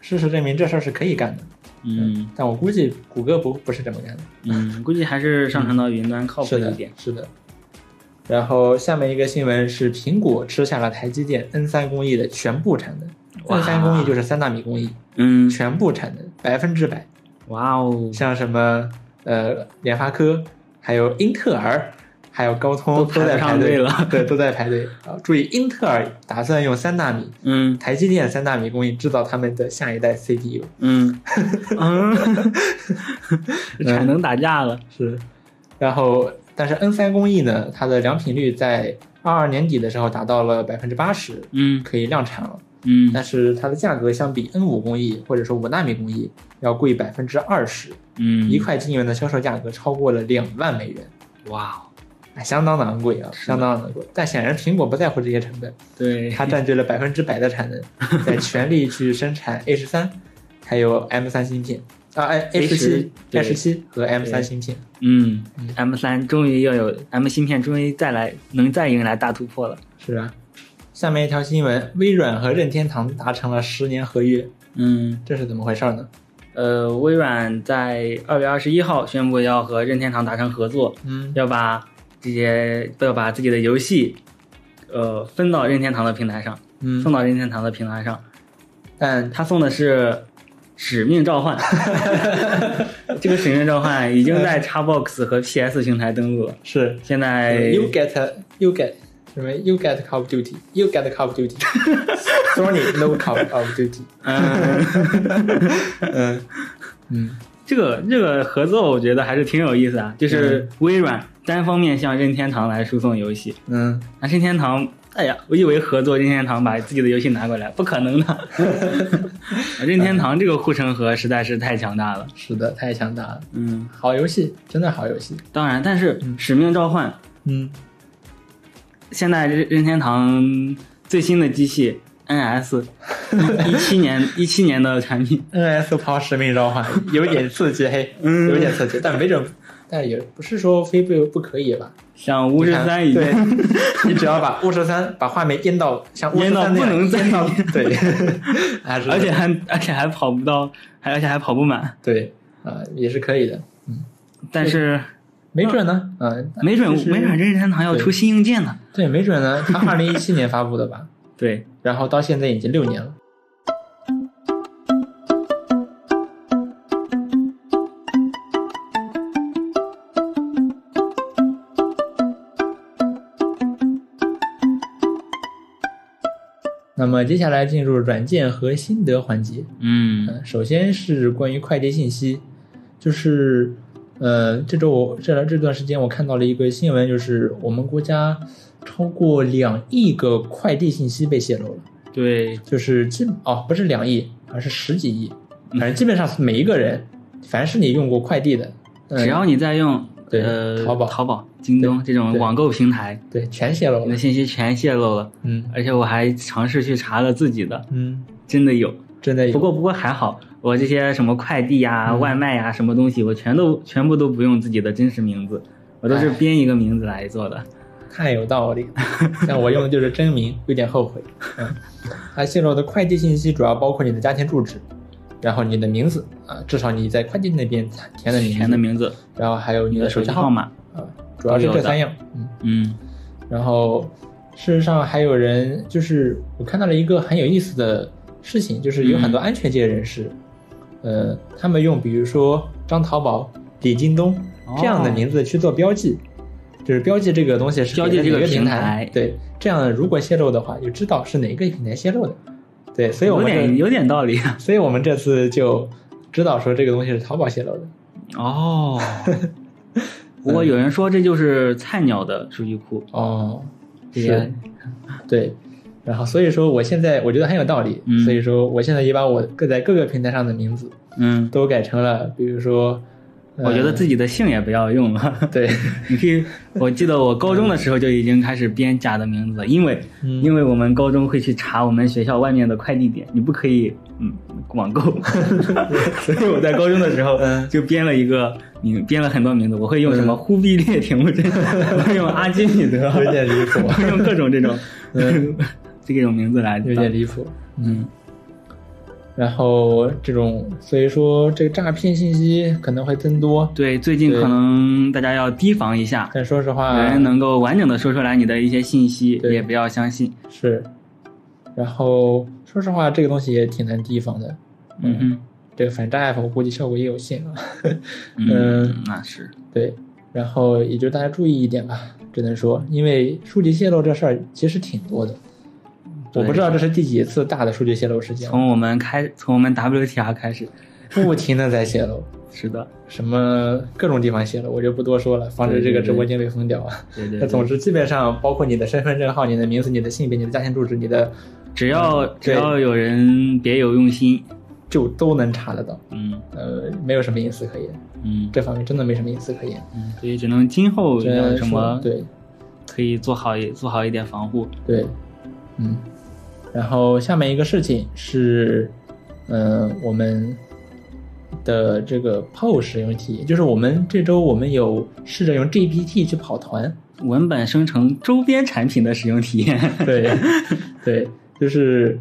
A: 事实证明这事儿是可以干的。
B: 嗯，
A: 但我估计谷歌不不是这么干的。
B: 嗯，估计还是上传到云端靠谱
A: 是的
B: 哦一点。，
A: 是的。然后下面一个新闻是苹果吃下了台积电 N 3工艺的全部产能。
B: 哇
A: N 3工艺就是三纳米工艺，
B: 嗯，
A: 全部产能百分之百。
B: 哇哦，
A: 像什么呃联发科，还有英特尔，还有高通
B: 都
A: 都在
B: 排不
A: 排
B: 上队
A: 队
B: 了
A: 对，都在排队啊！注意，英特尔打算用三纳米、
B: 嗯
A: 台积电三纳米工艺制造他们的下一代 CPU。
B: 嗯嗯，产能打架了。
A: 是，然后但是 N 3工艺呢，它的良品率在二二年底的时候达到了百分之八十，
B: 嗯
A: 可以量产了。
B: 嗯
A: 但是它的价格相比 N 5工艺或者说五纳米工艺要贵百分之二十，
B: 嗯
A: 一，块晶圆的销售价格超过了两万美元。
B: 哇哦，
A: 啊，相当的昂贵啊，
B: 是的
A: 相当的昂贵。但显然苹果不在乎这些成本，
B: 对，
A: 它占据了百分之百的产能，在全力去生产 A 十三，还有 M 三芯片啊，A 十七、
B: 对
A: A 十七和 M
B: 对
A: 三芯片。
B: 嗯
A: 嗯
B: ，M 三终于要有 M 芯片，终于再来能再迎来大突破了。
A: 是啊。下面一条新闻，微软和任天堂达成了十年合约，
B: 嗯，
A: 这是怎么回事呢？
B: 呃，微软在二月二十一号宣布要和任天堂达成合作，
A: 嗯
B: 要把这些要把自己的游戏，呃，分到任天堂的平台上，送
A: 嗯，
B: 到任天堂的平台上。
A: 但
B: 他送的是《使命召唤》，这个《使命召唤》已经在 Xbox 和 PS 平台登陆了，
A: 是
B: 现在
A: 哎 You get a- you get 什么？You get Call of Duty, you get Call of Duty. Sony no Call of Duty.
B: 嗯，
A: 嗯嗯
B: 这个这个合作我觉得还是挺有意思啊，就是微软单方面向任天堂来输送游戏。
A: 嗯，
B: 那任天堂，哎呀，我以为合作任天堂把自己的游戏拿过来，不可能的。任天堂这个护城河实在是太强大了。
A: 是的，太强大了。
B: 嗯，
A: 好游戏，真的好游戏。
B: 当然，但是
A: 嗯
B: 《使命召唤》
A: 嗯
B: 现在任任天堂最新的机器 NS，一 七年一七年的产品，
A: ，NS 抛使命召 唤有点刺激，嘿，
B: 嗯
A: 有点刺激，但没准，但也不是说非不不可以吧。
B: 像巫师三一
A: 对
B: 样，，
A: 你只要把巫师三把画面淹到像巫师
B: 淹到
A: 三那
B: 不
A: 样，
B: 能再淹，
A: 对，还是
B: 而且还而且还跑不到，还而且还跑不满。
A: 对啊、也是可以的，
B: 但是
A: 没准呢，嗯、
B: 没准
A: 就是
B: 没准任天堂要出新硬件呢。
A: 对，没准呢，它二零一七年发布的吧，
B: 对，
A: 然后到现在已经六年了。那么接下来进入软件和心得环节。
B: 嗯
A: 嗯，首先是关于快捷信息，就是呃，这周我这这段时间我看到了一个新闻，就是我们国家超过两亿个快递信息被泄露了，
B: 对，
A: 就是基哦不是两亿，而是十几亿，反正基本上每一个人，凡是你用过快递的，嗯、
B: 只要你在用
A: 对
B: 呃
A: 淘宝
B: 淘宝、京东这种
A: 对
B: 网购平台，
A: 对全泄露
B: 你的
A: 了，
B: 信息全泄露了，
A: 嗯
B: 而且我还尝试去查了自己的，
A: 嗯，
B: 真的有。
A: 真的有
B: 不过不过还好，我这些什么快递呀、
A: 嗯
B: 外卖呀、啊什么东西，我全都全部都不用自己的真实名字，我都是
A: 哎
B: 编一个名字来做的。
A: 太有道理了，但我用的就是真名，有点后悔。嗯，它泄露的快递信息主要包括你的家庭住址，然后你的名字啊，至少你在快递那边填的名字，
B: 填的名字，
A: 然后还有哎你
B: 你
A: 的
B: 的
A: 手
B: 手
A: 机
B: 机
A: 号
B: 号
A: 码
B: 码，
A: 啊，主要是这三样。嗯，
B: 嗯
A: 然后事实上还有人，就是我看到了一个很有意思的事情，就是有
B: 嗯
A: 很多安全界人士，呃，他们用比如说张淘宝、李京东这样的
B: 哦
A: 名字去做标记，就是标记这个东西是
B: 标
A: 给
B: 记
A: 的
B: 这
A: 哪
B: 个
A: 个平
B: 平台
A: 对，这样如果泄露的话，就知道是哪个平台泄露的，对，所以我
B: 有
A: 们
B: 点
A: 这
B: 有点道理。
A: 所以我们这次就知道说这个东西是淘宝泄露的，
B: 哦， 不过有人说这就是菜鸟的数据库，
A: 哦，
B: 这
A: 是
B: 些。
A: 对，然后所以说我现在我觉得很有道理，
B: 嗯
A: 所以说我现在也把我各在各个平台上的名字
B: 嗯，
A: 都改成了，比如说，呃
B: 我觉得自己的姓也不要用了。
A: 对，
B: 你可以， 我记得我高中的时候就已经开始编假的名字了，因为、
A: 嗯
B: 因为我们高中会去查我们学校外面的快递点，你不可以嗯 网购，所以我在高中的时候
A: 嗯
B: 就编了一个名，编了很多名字，我会用什么
A: 嗯
B: 忽必烈挺木真， 我会用阿基米德，
A: 有 点离谱
B: 我会用各种这种
A: 嗯
B: 这种名字来，
A: 有点离谱。
B: 嗯
A: 然后这种，所以说这个诈骗信息可能会增多，
B: 对，最近
A: 对
B: 可能大家要提防一下，
A: 但说实话
B: 有人能够完整的说出来你的一些信息，
A: 对
B: 也不要相信，
A: 是，然后说实话这个东西也挺难提防的，
B: 嗯哼。
A: 这个反诈 app 我估计效果也有限啊。呃
B: 嗯，那是，
A: 对，然后也就大家注意一点吧，只能说，因为数据泄露这事儿其实挺多的，
B: 嗯
A: 我不知道这是第几次大的数据泄露事件，
B: 从我们开，从我们 WTR 开始，
A: 不停的在泄露，
B: 是的，
A: 什么各种地方泄露，我就不多说了，防止这个直播间被封掉啊。
B: 对对
A: 那总之，基本上包括你的身份证号、你的名字、你的性别、你的家庭住址、你的，
B: 只要
A: 嗯
B: 只
A: 对
B: 要有人别有用心，
A: 就都能查得到。
B: 嗯
A: 呃，没有什么隐私可言，
B: 嗯
A: 这方面真的没什么隐私可言。
B: 嗯，所以只能今后
A: 只能
B: 有
A: 说
B: 什么
A: 对
B: 可以做好一做好一点防护，
A: 对，嗯，然后下面一个事情是，呃，我们的这个 PO 使用体验，就是我们这周我们有试着用 GPT 去跑团，
B: 文本生成周边产品的使用体验，
A: 对，对，就是，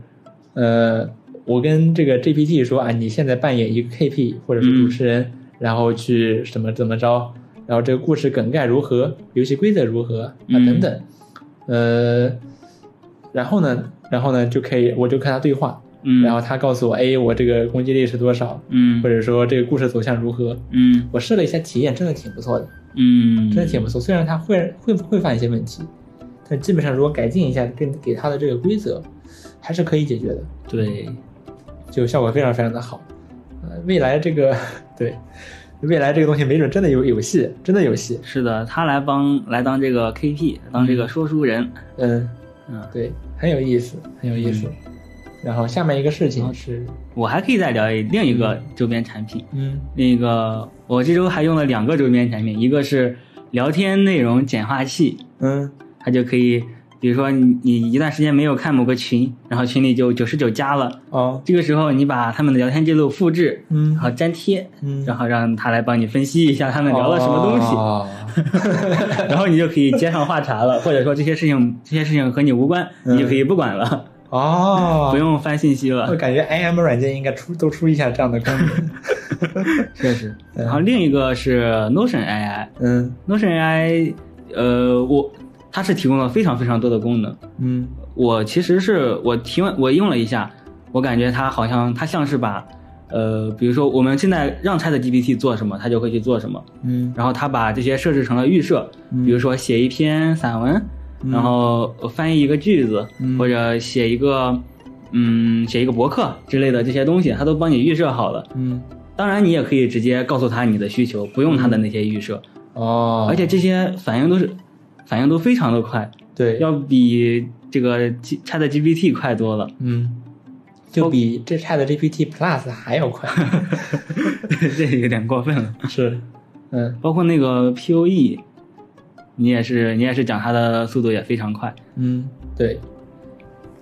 A: 呃，我跟这个 GPT 说啊，你现在扮演一个 KP 或者是主持
B: 嗯
A: 人，然后去什么怎么着，然后这个故事梗概如何，游戏规则如何啊
B: 嗯
A: 等等，呃，然后呢，然后呢就可以我就看他对话，
B: 嗯，
A: 然后他告诉我，哎，我这个攻击力是多少，
B: 嗯
A: 或者说这个故事走向如何。
B: 嗯
A: 我试了一下，体验真的挺不错的，
B: 嗯，
A: 真的挺不错。虽然它会会会犯一些问题，但基本上如果改进一下，跟给它的这个规则，还是可以解决的，
B: 对，
A: 就效果非常非常的好。呃，未来这个 对，未来这个东西没准真的有有戏，真的有戏。
B: 是的，他来帮来当这个 KP，当这个说书人，
A: 嗯，
B: 嗯，
A: 对，很有意思，很有意思。然后下面一个事
B: 哦
A: 情是，
B: 我还可以再聊一另一个周边产品，
A: 嗯
B: 那个我这周还用了两个周边产品，一个是聊天内容简化器，
A: 嗯
B: 它就可以，比如说你你一段时间没有看某个群，然后群里就九十九加了，
A: 哦
B: 这个时候你把他们的聊天记录复制，
A: 嗯
B: 然后粘贴，
A: 嗯，哦
B: 然后让他来帮你分析一下他们聊了什么东西，
A: 西？
B: 然后你就可以接上话茬 了，或者说这些事情这些事情和你无关，
A: 嗯
B: 你就可以不管了，
A: 哦，
B: 不用翻信息了
A: 我。感觉 IM 软件应该出都出一下这样的功 能。
B: 确实。然后另一个是 Notion AI。
A: 嗯
B: Notion AI，呃，我它是提供了非常非常多的功能。
A: 嗯
B: 我其实是我提问，我用了一下，我感觉它好像它像是把，呃，比如说我们现在让 Chat GPT 做什么，它就会去做什么。
A: 嗯
B: 然后它把这些设置成了预设，
A: 嗯
B: 比如说写一篇散文，然后翻译一个句子，
C: 嗯
B: 或者写一个，嗯，写一个博客之类的这些东西，它都帮你预设好了。
C: 嗯
B: 当然，你也可以直接告诉他你的需求，不用他的那些预设，
A: 哦，
B: 而且这些反应都是反应都非常的快，
A: 对，
B: 要比这个 G- Chat GPT 快多了。
A: 嗯，就比这 Chat GPT Plus 还要快，
B: 这有点过分了。
A: 是，嗯
B: 包括那个 POE，你也是你也是讲它的速度也非常快。
C: 嗯
A: 对。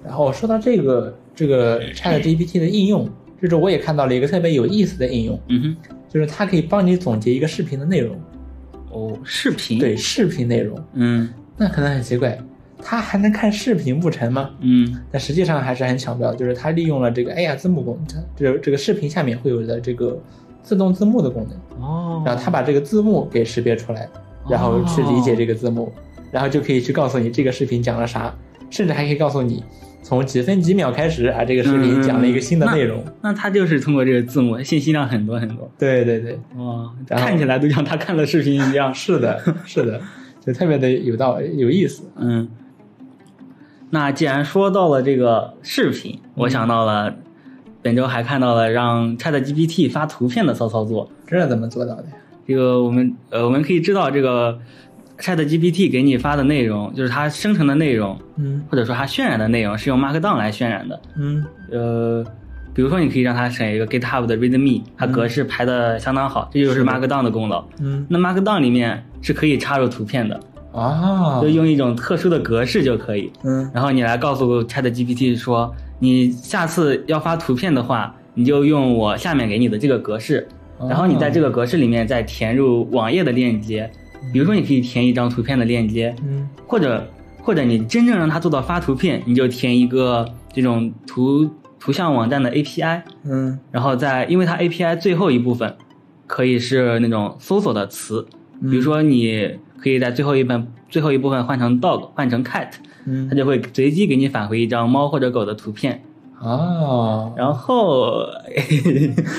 A: 然后说到这个这个 Chat GPT 的应用，这周我也看到了一个特别有意思的应用，
B: 嗯
A: 就是它可以帮你总结一个视频的内容，
B: 哼，哦，视频，
A: 对，视频内容。
B: 嗯
A: 那可能很奇怪，它还能看视频不成吗？
B: 嗯
A: 但实际上还是很巧妙，就是它利用了这个 AI 字幕功能，这这个视频下面会有的这个自动字幕的功能，
B: 哦，
A: 然后它把这个字幕给识别出来，然后去理解这个字幕，然后就可以去告诉你这个视频讲了啥，甚至还可以告诉你从几分几秒开始啊，这个视频讲了一个新的内容。
B: 那他就是通过这个字幕，信息量很多很多，
A: 对对对，
B: 哇，
A: 然后
B: 看起来都像他看了视频一样。
A: 啊是的，是 的，就特别的有道有意思。
B: 嗯，那既然说到了这个视频，我想到了本周还看到了让 Chat GPT 发图片的骚操作。
A: 这怎么做到的呀？
B: 这个我们呃，我们可以知道这个 Chat GPT 给你发的内容，就是它生成的内容，
A: 嗯
B: 或者说它渲染的内容是用 Markdown 来渲染的。
A: 嗯
B: 呃，比如说你可以让它写一个 GitHub 的 README，它格式排的相当好，这就是 Markdown 的功劳。
A: 嗯
B: 那 Markdown 里面是可以插入图片的，
A: 啊
B: 就，用一种特殊的格式就可以。
A: 嗯
B: 然后你来告诉 Chat GPT 说，你下次要发图片的话，你就用我下面给你的这个格式，然后你在这个格式里面再填入网页的链接，比如说你可以填一张图片的链接，
A: 嗯
B: 或者或者你真正让它做到发图片，你就填一个这种图图像网站的 API，
A: 嗯
B: 然后再因为它 API 最后一部分可以是那种搜索的词，比如说你可以在最后一本最后一部分换成 dog 换成 cat，
A: 嗯
B: 它就会随机给你返回一张猫或者狗的图片，
A: 啊，
B: 然后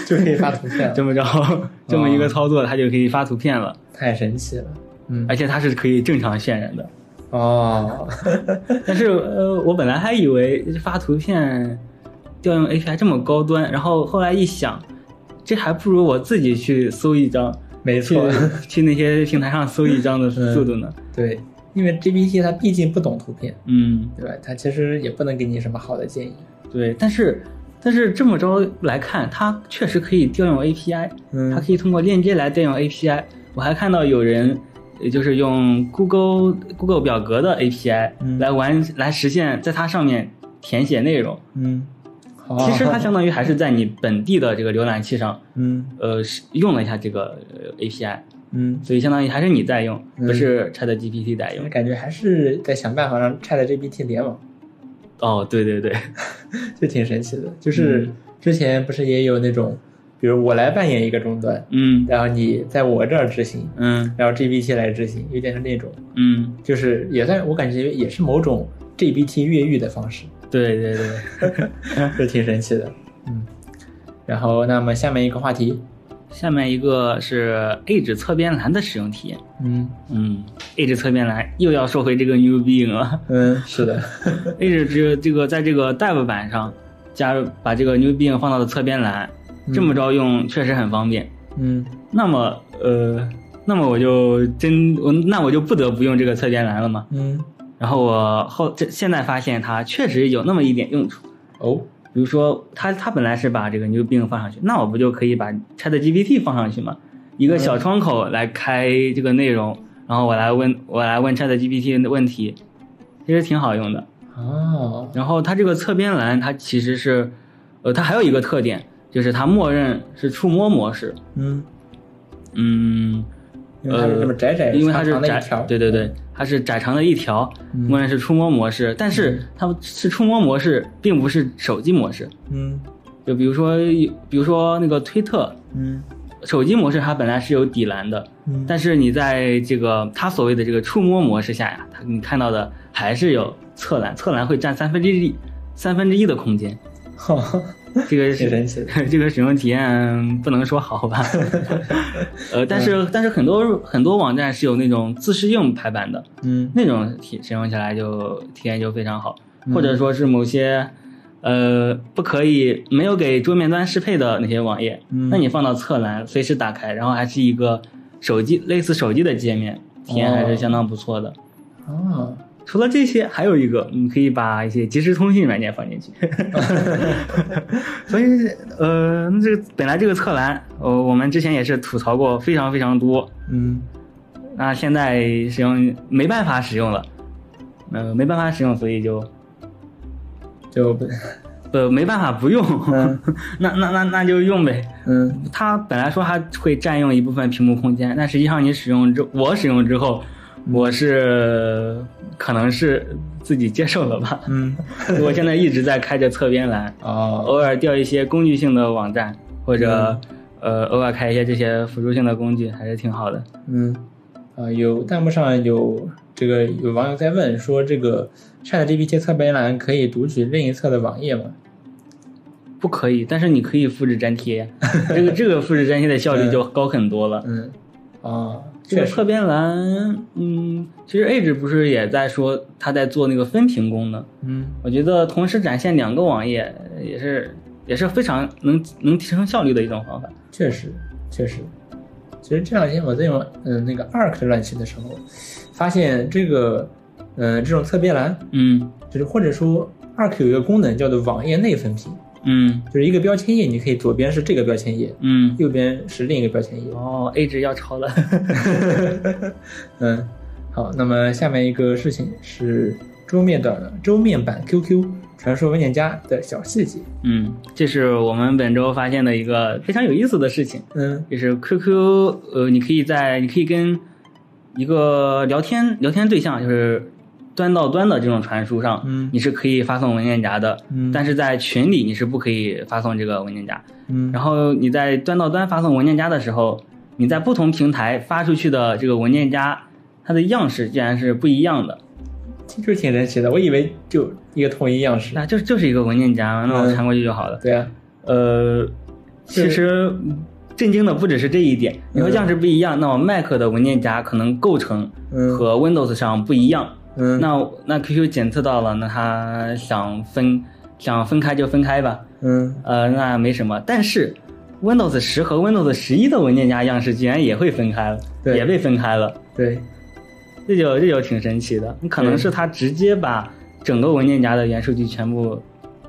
A: 就可以发图片
B: 这
A: 了，
B: 么着这么一
A: 哦
B: 个操作，它就可以发图片了，
A: 太神奇了。嗯
B: 而且它是可以正常渲染的。
A: 哦，
B: 但是呃，我本来还以为发图片调用 API 这么高端，然后后来一想，这还不如我自己去搜一张，
A: 没
B: 去
A: 错，嗯
B: 去那些平台上搜一张的速度呢。
A: 对，因为 GPT 它毕竟不懂图片，
B: 嗯，
A: 对吧？它其实也不能给你什么好的建议。
B: 对，但是。但是这么着来看，它确实可以调用 API，
A: 嗯
B: 它可以通过链接来调用 API。我还看到有人，也就是用 Google Google 表格的 API
A: 嗯
B: 来完、来实现在它上面填写内容。
A: 嗯，
B: 其实 它相当于还是在你本地的这个浏览器上，
A: 嗯
B: 呃，是用了一下这个呃 API，
A: 嗯，
B: 所以相当于还是你在用，
A: 嗯
B: 不是 Chat GPT 在用。
A: 感觉还是在想办法让 Chat GPT 联网，
B: 哦，对对对，
A: 就挺神奇的。就是
B: 嗯
A: 之前不是也有那种，比如我来扮演一个终端，
B: 嗯
A: 然后你在我这儿执行，
B: 嗯
A: 然后 GPT 来执行，有点是那种，
B: 嗯，
A: 就是也算我感觉也是某种 GPT 越狱的方式。
B: 对对对，
A: 这挺神奇的。嗯，然后那么下面一个话题，
B: 下面一个是 Edge 侧边栏的使用体验。
A: 嗯
B: 嗯，Edge 侧边栏又要说回这个 New Bing 了。
A: 嗯，是的，
B: Edge 这这个在这个 Dev 版上加入把这个 New Bing 放到了侧边栏，这么着用确实很方便。
A: 嗯
B: 那么呃，那么我就真我那我就不得不用这个侧边栏了嘛。
A: 嗯，
B: 然后我后这现在发现它确实有那么一点用处，
A: 哦，
B: 比如说它它本来是把这个 New Bing 放上去，那我不就可以把 Chat GPT 放上去吗？一个小窗口来开这个内容，然后我来问我来问 Chat GPT 的问题，其实挺好用的。
A: 哦，
B: 然后它这个侧边栏它其实是，呃，它还有一个特点就是它默认是触摸模式，
A: 嗯，呃
B: 嗯。
A: 因为它是这么窄窄，
B: 因为它是
A: 长长的
B: 窄
A: 一条，嗯
B: 对对对，它是窄长的一条，默认是触摸模式，但是它是触摸模式，并不是手机模式。
A: 嗯
B: 就比如说，比如说那个推特
A: 嗯
B: 手机模式，它本来是有底栏的，
A: 嗯
B: 但是你在这个它所谓的这个触摸模式下呀，它你看到的还是有侧栏，侧栏会占三分之一三分之一的空间。
A: 哈哈
B: 这个
A: 挺
B: 是
A: 神奇的。
B: 这个使用体验不能说好吧，呃，但是但是很多很多网站是有那种自适应排版的，
A: 嗯
B: 那种体使用起来就体验就非常好，或者说是某些呃不可以没有给桌面端适配的那些网页，
A: 嗯
B: 那你放到侧栏随时打开，然后还是一个手机类似手机的界面，体验还是相当不错的。
A: 啊，
B: 除了这些，还有一个，你可以把一些即时通信软件放进去。所以，呃，那这个本来这个侧栏，呃，我们之前也是吐槽过非常非常多，
A: 嗯
B: 那现在使用没办法使用了，呃，没办法使用，所以就
A: 就不
B: 呃没办法不用，
A: 嗯
B: 那那那那就用呗。
A: 嗯
B: 它本来说它会占用一部分屏幕空间，但实际上你使用之我使用之后，我是可能是自己接受了吧。
A: 嗯
B: 我现在一直在开着侧边栏，
A: 哦
B: 偶尔调一些工具性的网站，或者、
A: 嗯
B: 呃偶尔开一些这些辅助性的工具，还是挺好的。
A: 嗯啊，有弹幕上有这个有网友在问说，这个 ChatGPT 侧边栏可以读取另一侧的网页吗？
B: 不可以，但是你可以复制 粘贴，这个这个复制粘贴的效率就高很多了。
A: 嗯啊，
B: 这个
A: 确实
B: 侧边栏，嗯，其实 Edge 不是也在说他在做那个分屏功能？
A: 嗯
B: 我觉得同时展现两个网页呃也是也是非常能能提升效率的一种方法。
A: 确实确实。其实这两天我在用嗯那个 Arc 浏览器的时候，发现这个嗯、呃这种侧边栏
B: 嗯
A: 就是或者说 Arc 有一个功能叫做网页内分屏，
B: 嗯
A: 就是一个标签页，你可以左边是这个标签页，
B: 嗯，
A: 右边是另一个标签 页。
B: 哦，Edge 要超了。
A: 嗯，好，那么下面一个事情是桌面的桌面版 QQ 传说文件夹的小细节。
B: 嗯，这是我们本周发现的一个非常有意思的事情，
A: 嗯
B: 就是 QQ，呃，你可以在你可以跟一个聊天聊天对象，就是端到端的这种传输上，
A: 嗯
B: 你是可以发送文件夹的，
A: 嗯
B: 但是在群里你是不可以发送这个文件夹。
A: 嗯
B: 然后你在端到端发送文件夹的时候，你在不同平台发出去的这个文件夹，它的样式竟然是不一样的。
A: 这就是挺神奇的，我以为就一个统一样式。
B: 那就就是一个文件夹，那我
A: 嗯
B: 传过去就好了。
A: 对啊，
B: 呃，其实震惊的不只是这一点。你说
A: 嗯
B: 样式不一样，那我 Mac 的文件夹可能构成
A: 嗯
B: 和 Windows 上不一样。
A: 嗯
B: 那那 QQ 检测到了，那它想分想分开就分开吧，
A: 嗯
B: 呃，那没什么。但是 Windows 十和 Windows 十一的文件夹样式居然也会分开了，
A: 对
B: 也被分开了，
A: 对，
B: 这就这就挺神奇的。可能
A: 对
B: 是它直接把整个文件夹的元数据全部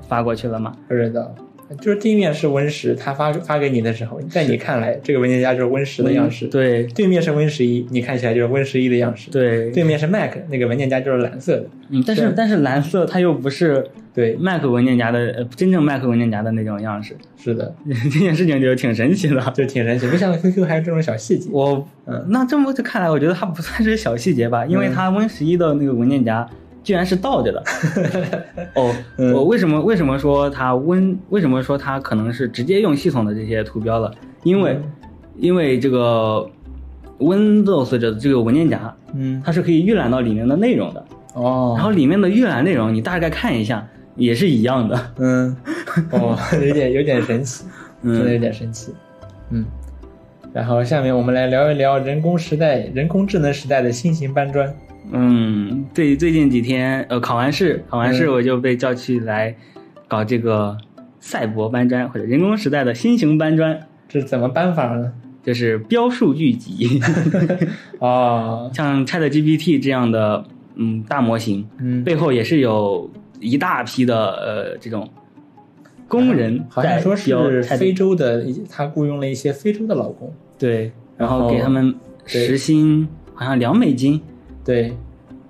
B: 发过去了嘛？
A: 不知道。就是地面是 Win 十，它发发给你的时候，在你看来，这个文件夹就是 Win 十的样式；
B: 嗯对
A: 嗯对面是 Win 十一，你看起来就是 Win 十一的样式；
B: 对
A: 对面是 Mac，那个文件夹就是蓝色的。
B: 嗯，但是
A: 对
B: 但是蓝色它又不是
A: 对，
B: Mac 文件夹的呃真正 Mac 文件夹的那种样式，
A: 是的，
B: 这件事情就挺神奇的。
A: 就挺神奇，没想到 QQ 还有这种小细节。
B: 我
A: 嗯
B: 那这么就看来，我觉得它不算是小细节吧，因为它 Win 十一的那个文件夹居然是倒 着的。哦，
A: 嗯
B: 我为什么为什么说它 Win 为什么说它可能是直接用系统的这些图标了？因为、
A: 嗯
B: 因为这个 Windows 的这个文件夹，
A: 嗯，
B: 它是可以预览到里面的内容的。
A: 哦，
B: 然后里面的预览内容你大概看一下也是一样的。
A: 嗯，哦，有点有点神奇，
B: 嗯
A: 真的有点神奇，嗯。然后下面我们来聊一聊人工时代、人工智能时代的新型搬砖。
B: 嗯，最最近几天呃考完试，考完试
A: 嗯
B: 我就被叫去来搞这个赛博搬砖或者人工时代的新型搬砖，
A: 这怎么搬法呢？
B: 就是标数据集，
A: 哦，
B: 像 ChatGPT 这样的嗯大模型，
A: 嗯，
B: 背后也是有一大批的呃这种工人
A: 嗯好像
B: 在
A: 说
B: 标
A: 是
B: Chat-
A: 非洲的，他雇佣了一些非洲的劳工。
B: 对，然
A: 然后
B: 后给他们
A: 对
B: 时薪好像两美金，
A: 对，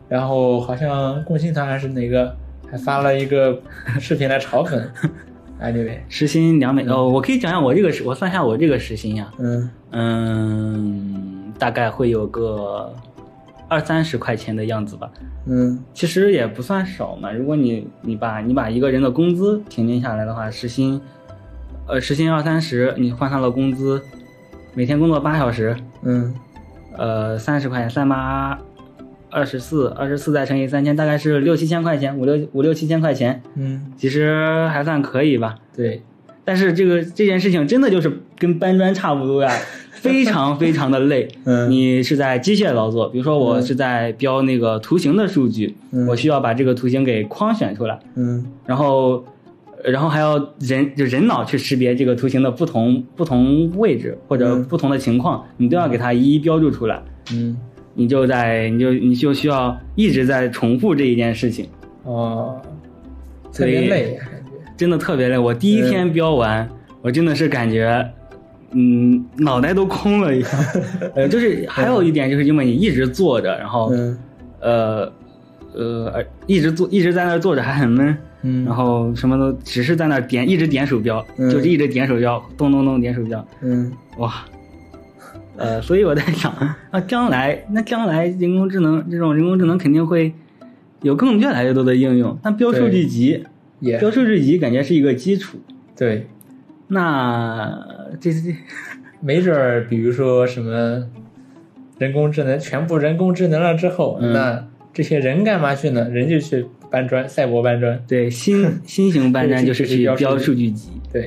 A: 然后好像共青团还是哪个还发了一个视频来嘲讽。anyway，
B: 时薪两美哦，我可以讲讲我这个时，我算一下我这个时薪呀、
A: 嗯
B: 嗯，大概会有个二三十块钱的样子吧。
A: 嗯
B: 其实也不算少嘛。如果你你把你把一个人的工资平均下来的话，时薪，呃，时薪二三十，你换上了工资，每天工作八小时，
A: 嗯
B: 呃，三十块钱，三八二十四，二十四再乘以三千，大概是六七千块钱，五六五六七千块钱，
A: 嗯，
B: 其实还算可以吧。
A: 对，
B: 但是这个这件事情真的就是跟搬砖差 不多呀，非常非常的累。
A: 嗯
B: 你是在机械劳作，比如说我是在标那个图形的数据，
A: 嗯
B: 我需要把这个图形给框选出来，
A: 嗯
B: 然后，然后还要人就人脑去识别这个图形的不同不同位置或者
A: 嗯
B: 不同的情况，你都要给它一一标注出来。
A: 嗯，
B: 你就在你就你就需要一直在重复这一件事情，
A: 哦，特别累，感觉
B: 真的特别累。我第一
A: 嗯
B: 天标完，我真的是感觉，嗯，脑袋都空了一 样。呃，就是还有一点，就是因为你一直坐着，然后、
A: 嗯
B: 呃呃，而一直坐一直在那儿坐着还很闷，
A: 嗯，
B: 然后什么都只是在那儿点一直点鼠标，
A: 嗯
B: 就是一直点鼠标，咚咚咚点鼠标，
A: 嗯
B: 哇。呃，所以我在想，那将来那将来人工智能这种人工智能肯定会有更越来越多的应用。那标数据集，
A: 也
B: 标数据集感觉是一个基础。
A: 对，
B: 那这这
A: 没准儿，比如说什么人工智能，全部人工智能了之后，
B: 嗯
A: 那这些人干嘛去呢？人就去搬砖，赛博搬砖，
B: 对 新新型搬砖就是去标数据集，
A: 对，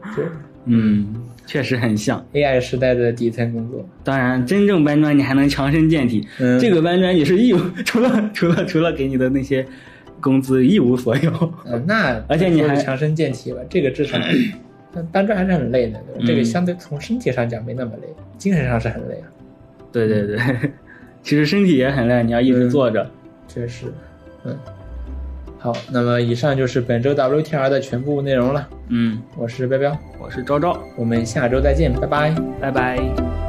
B: 啊
A: 对
B: 嗯，确实很像。
A: AI 时代的底层工作，
B: 当然，真正搬砖你还能强身健体，
A: 嗯
B: 这个搬砖也是一无除了除了除了给你的那些工资一无所有。
A: 呃，那
B: 嗯而且你
A: 说是
B: 还
A: 强身健体吧，这个 至少但搬砖还是很累的，对吧
B: 嗯
A: 这个相对从身体上讲没那么累，精神上是很累啊，
B: 对对 对，其实身体也很累，你要一直坐着。
A: 确实，嗯。好，那么以上就是本周 WTR 的全部内容了。
B: 嗯，
A: 我是彪彪，
B: 我是昭昭，
A: 我们下周再见，拜拜。
B: 拜拜。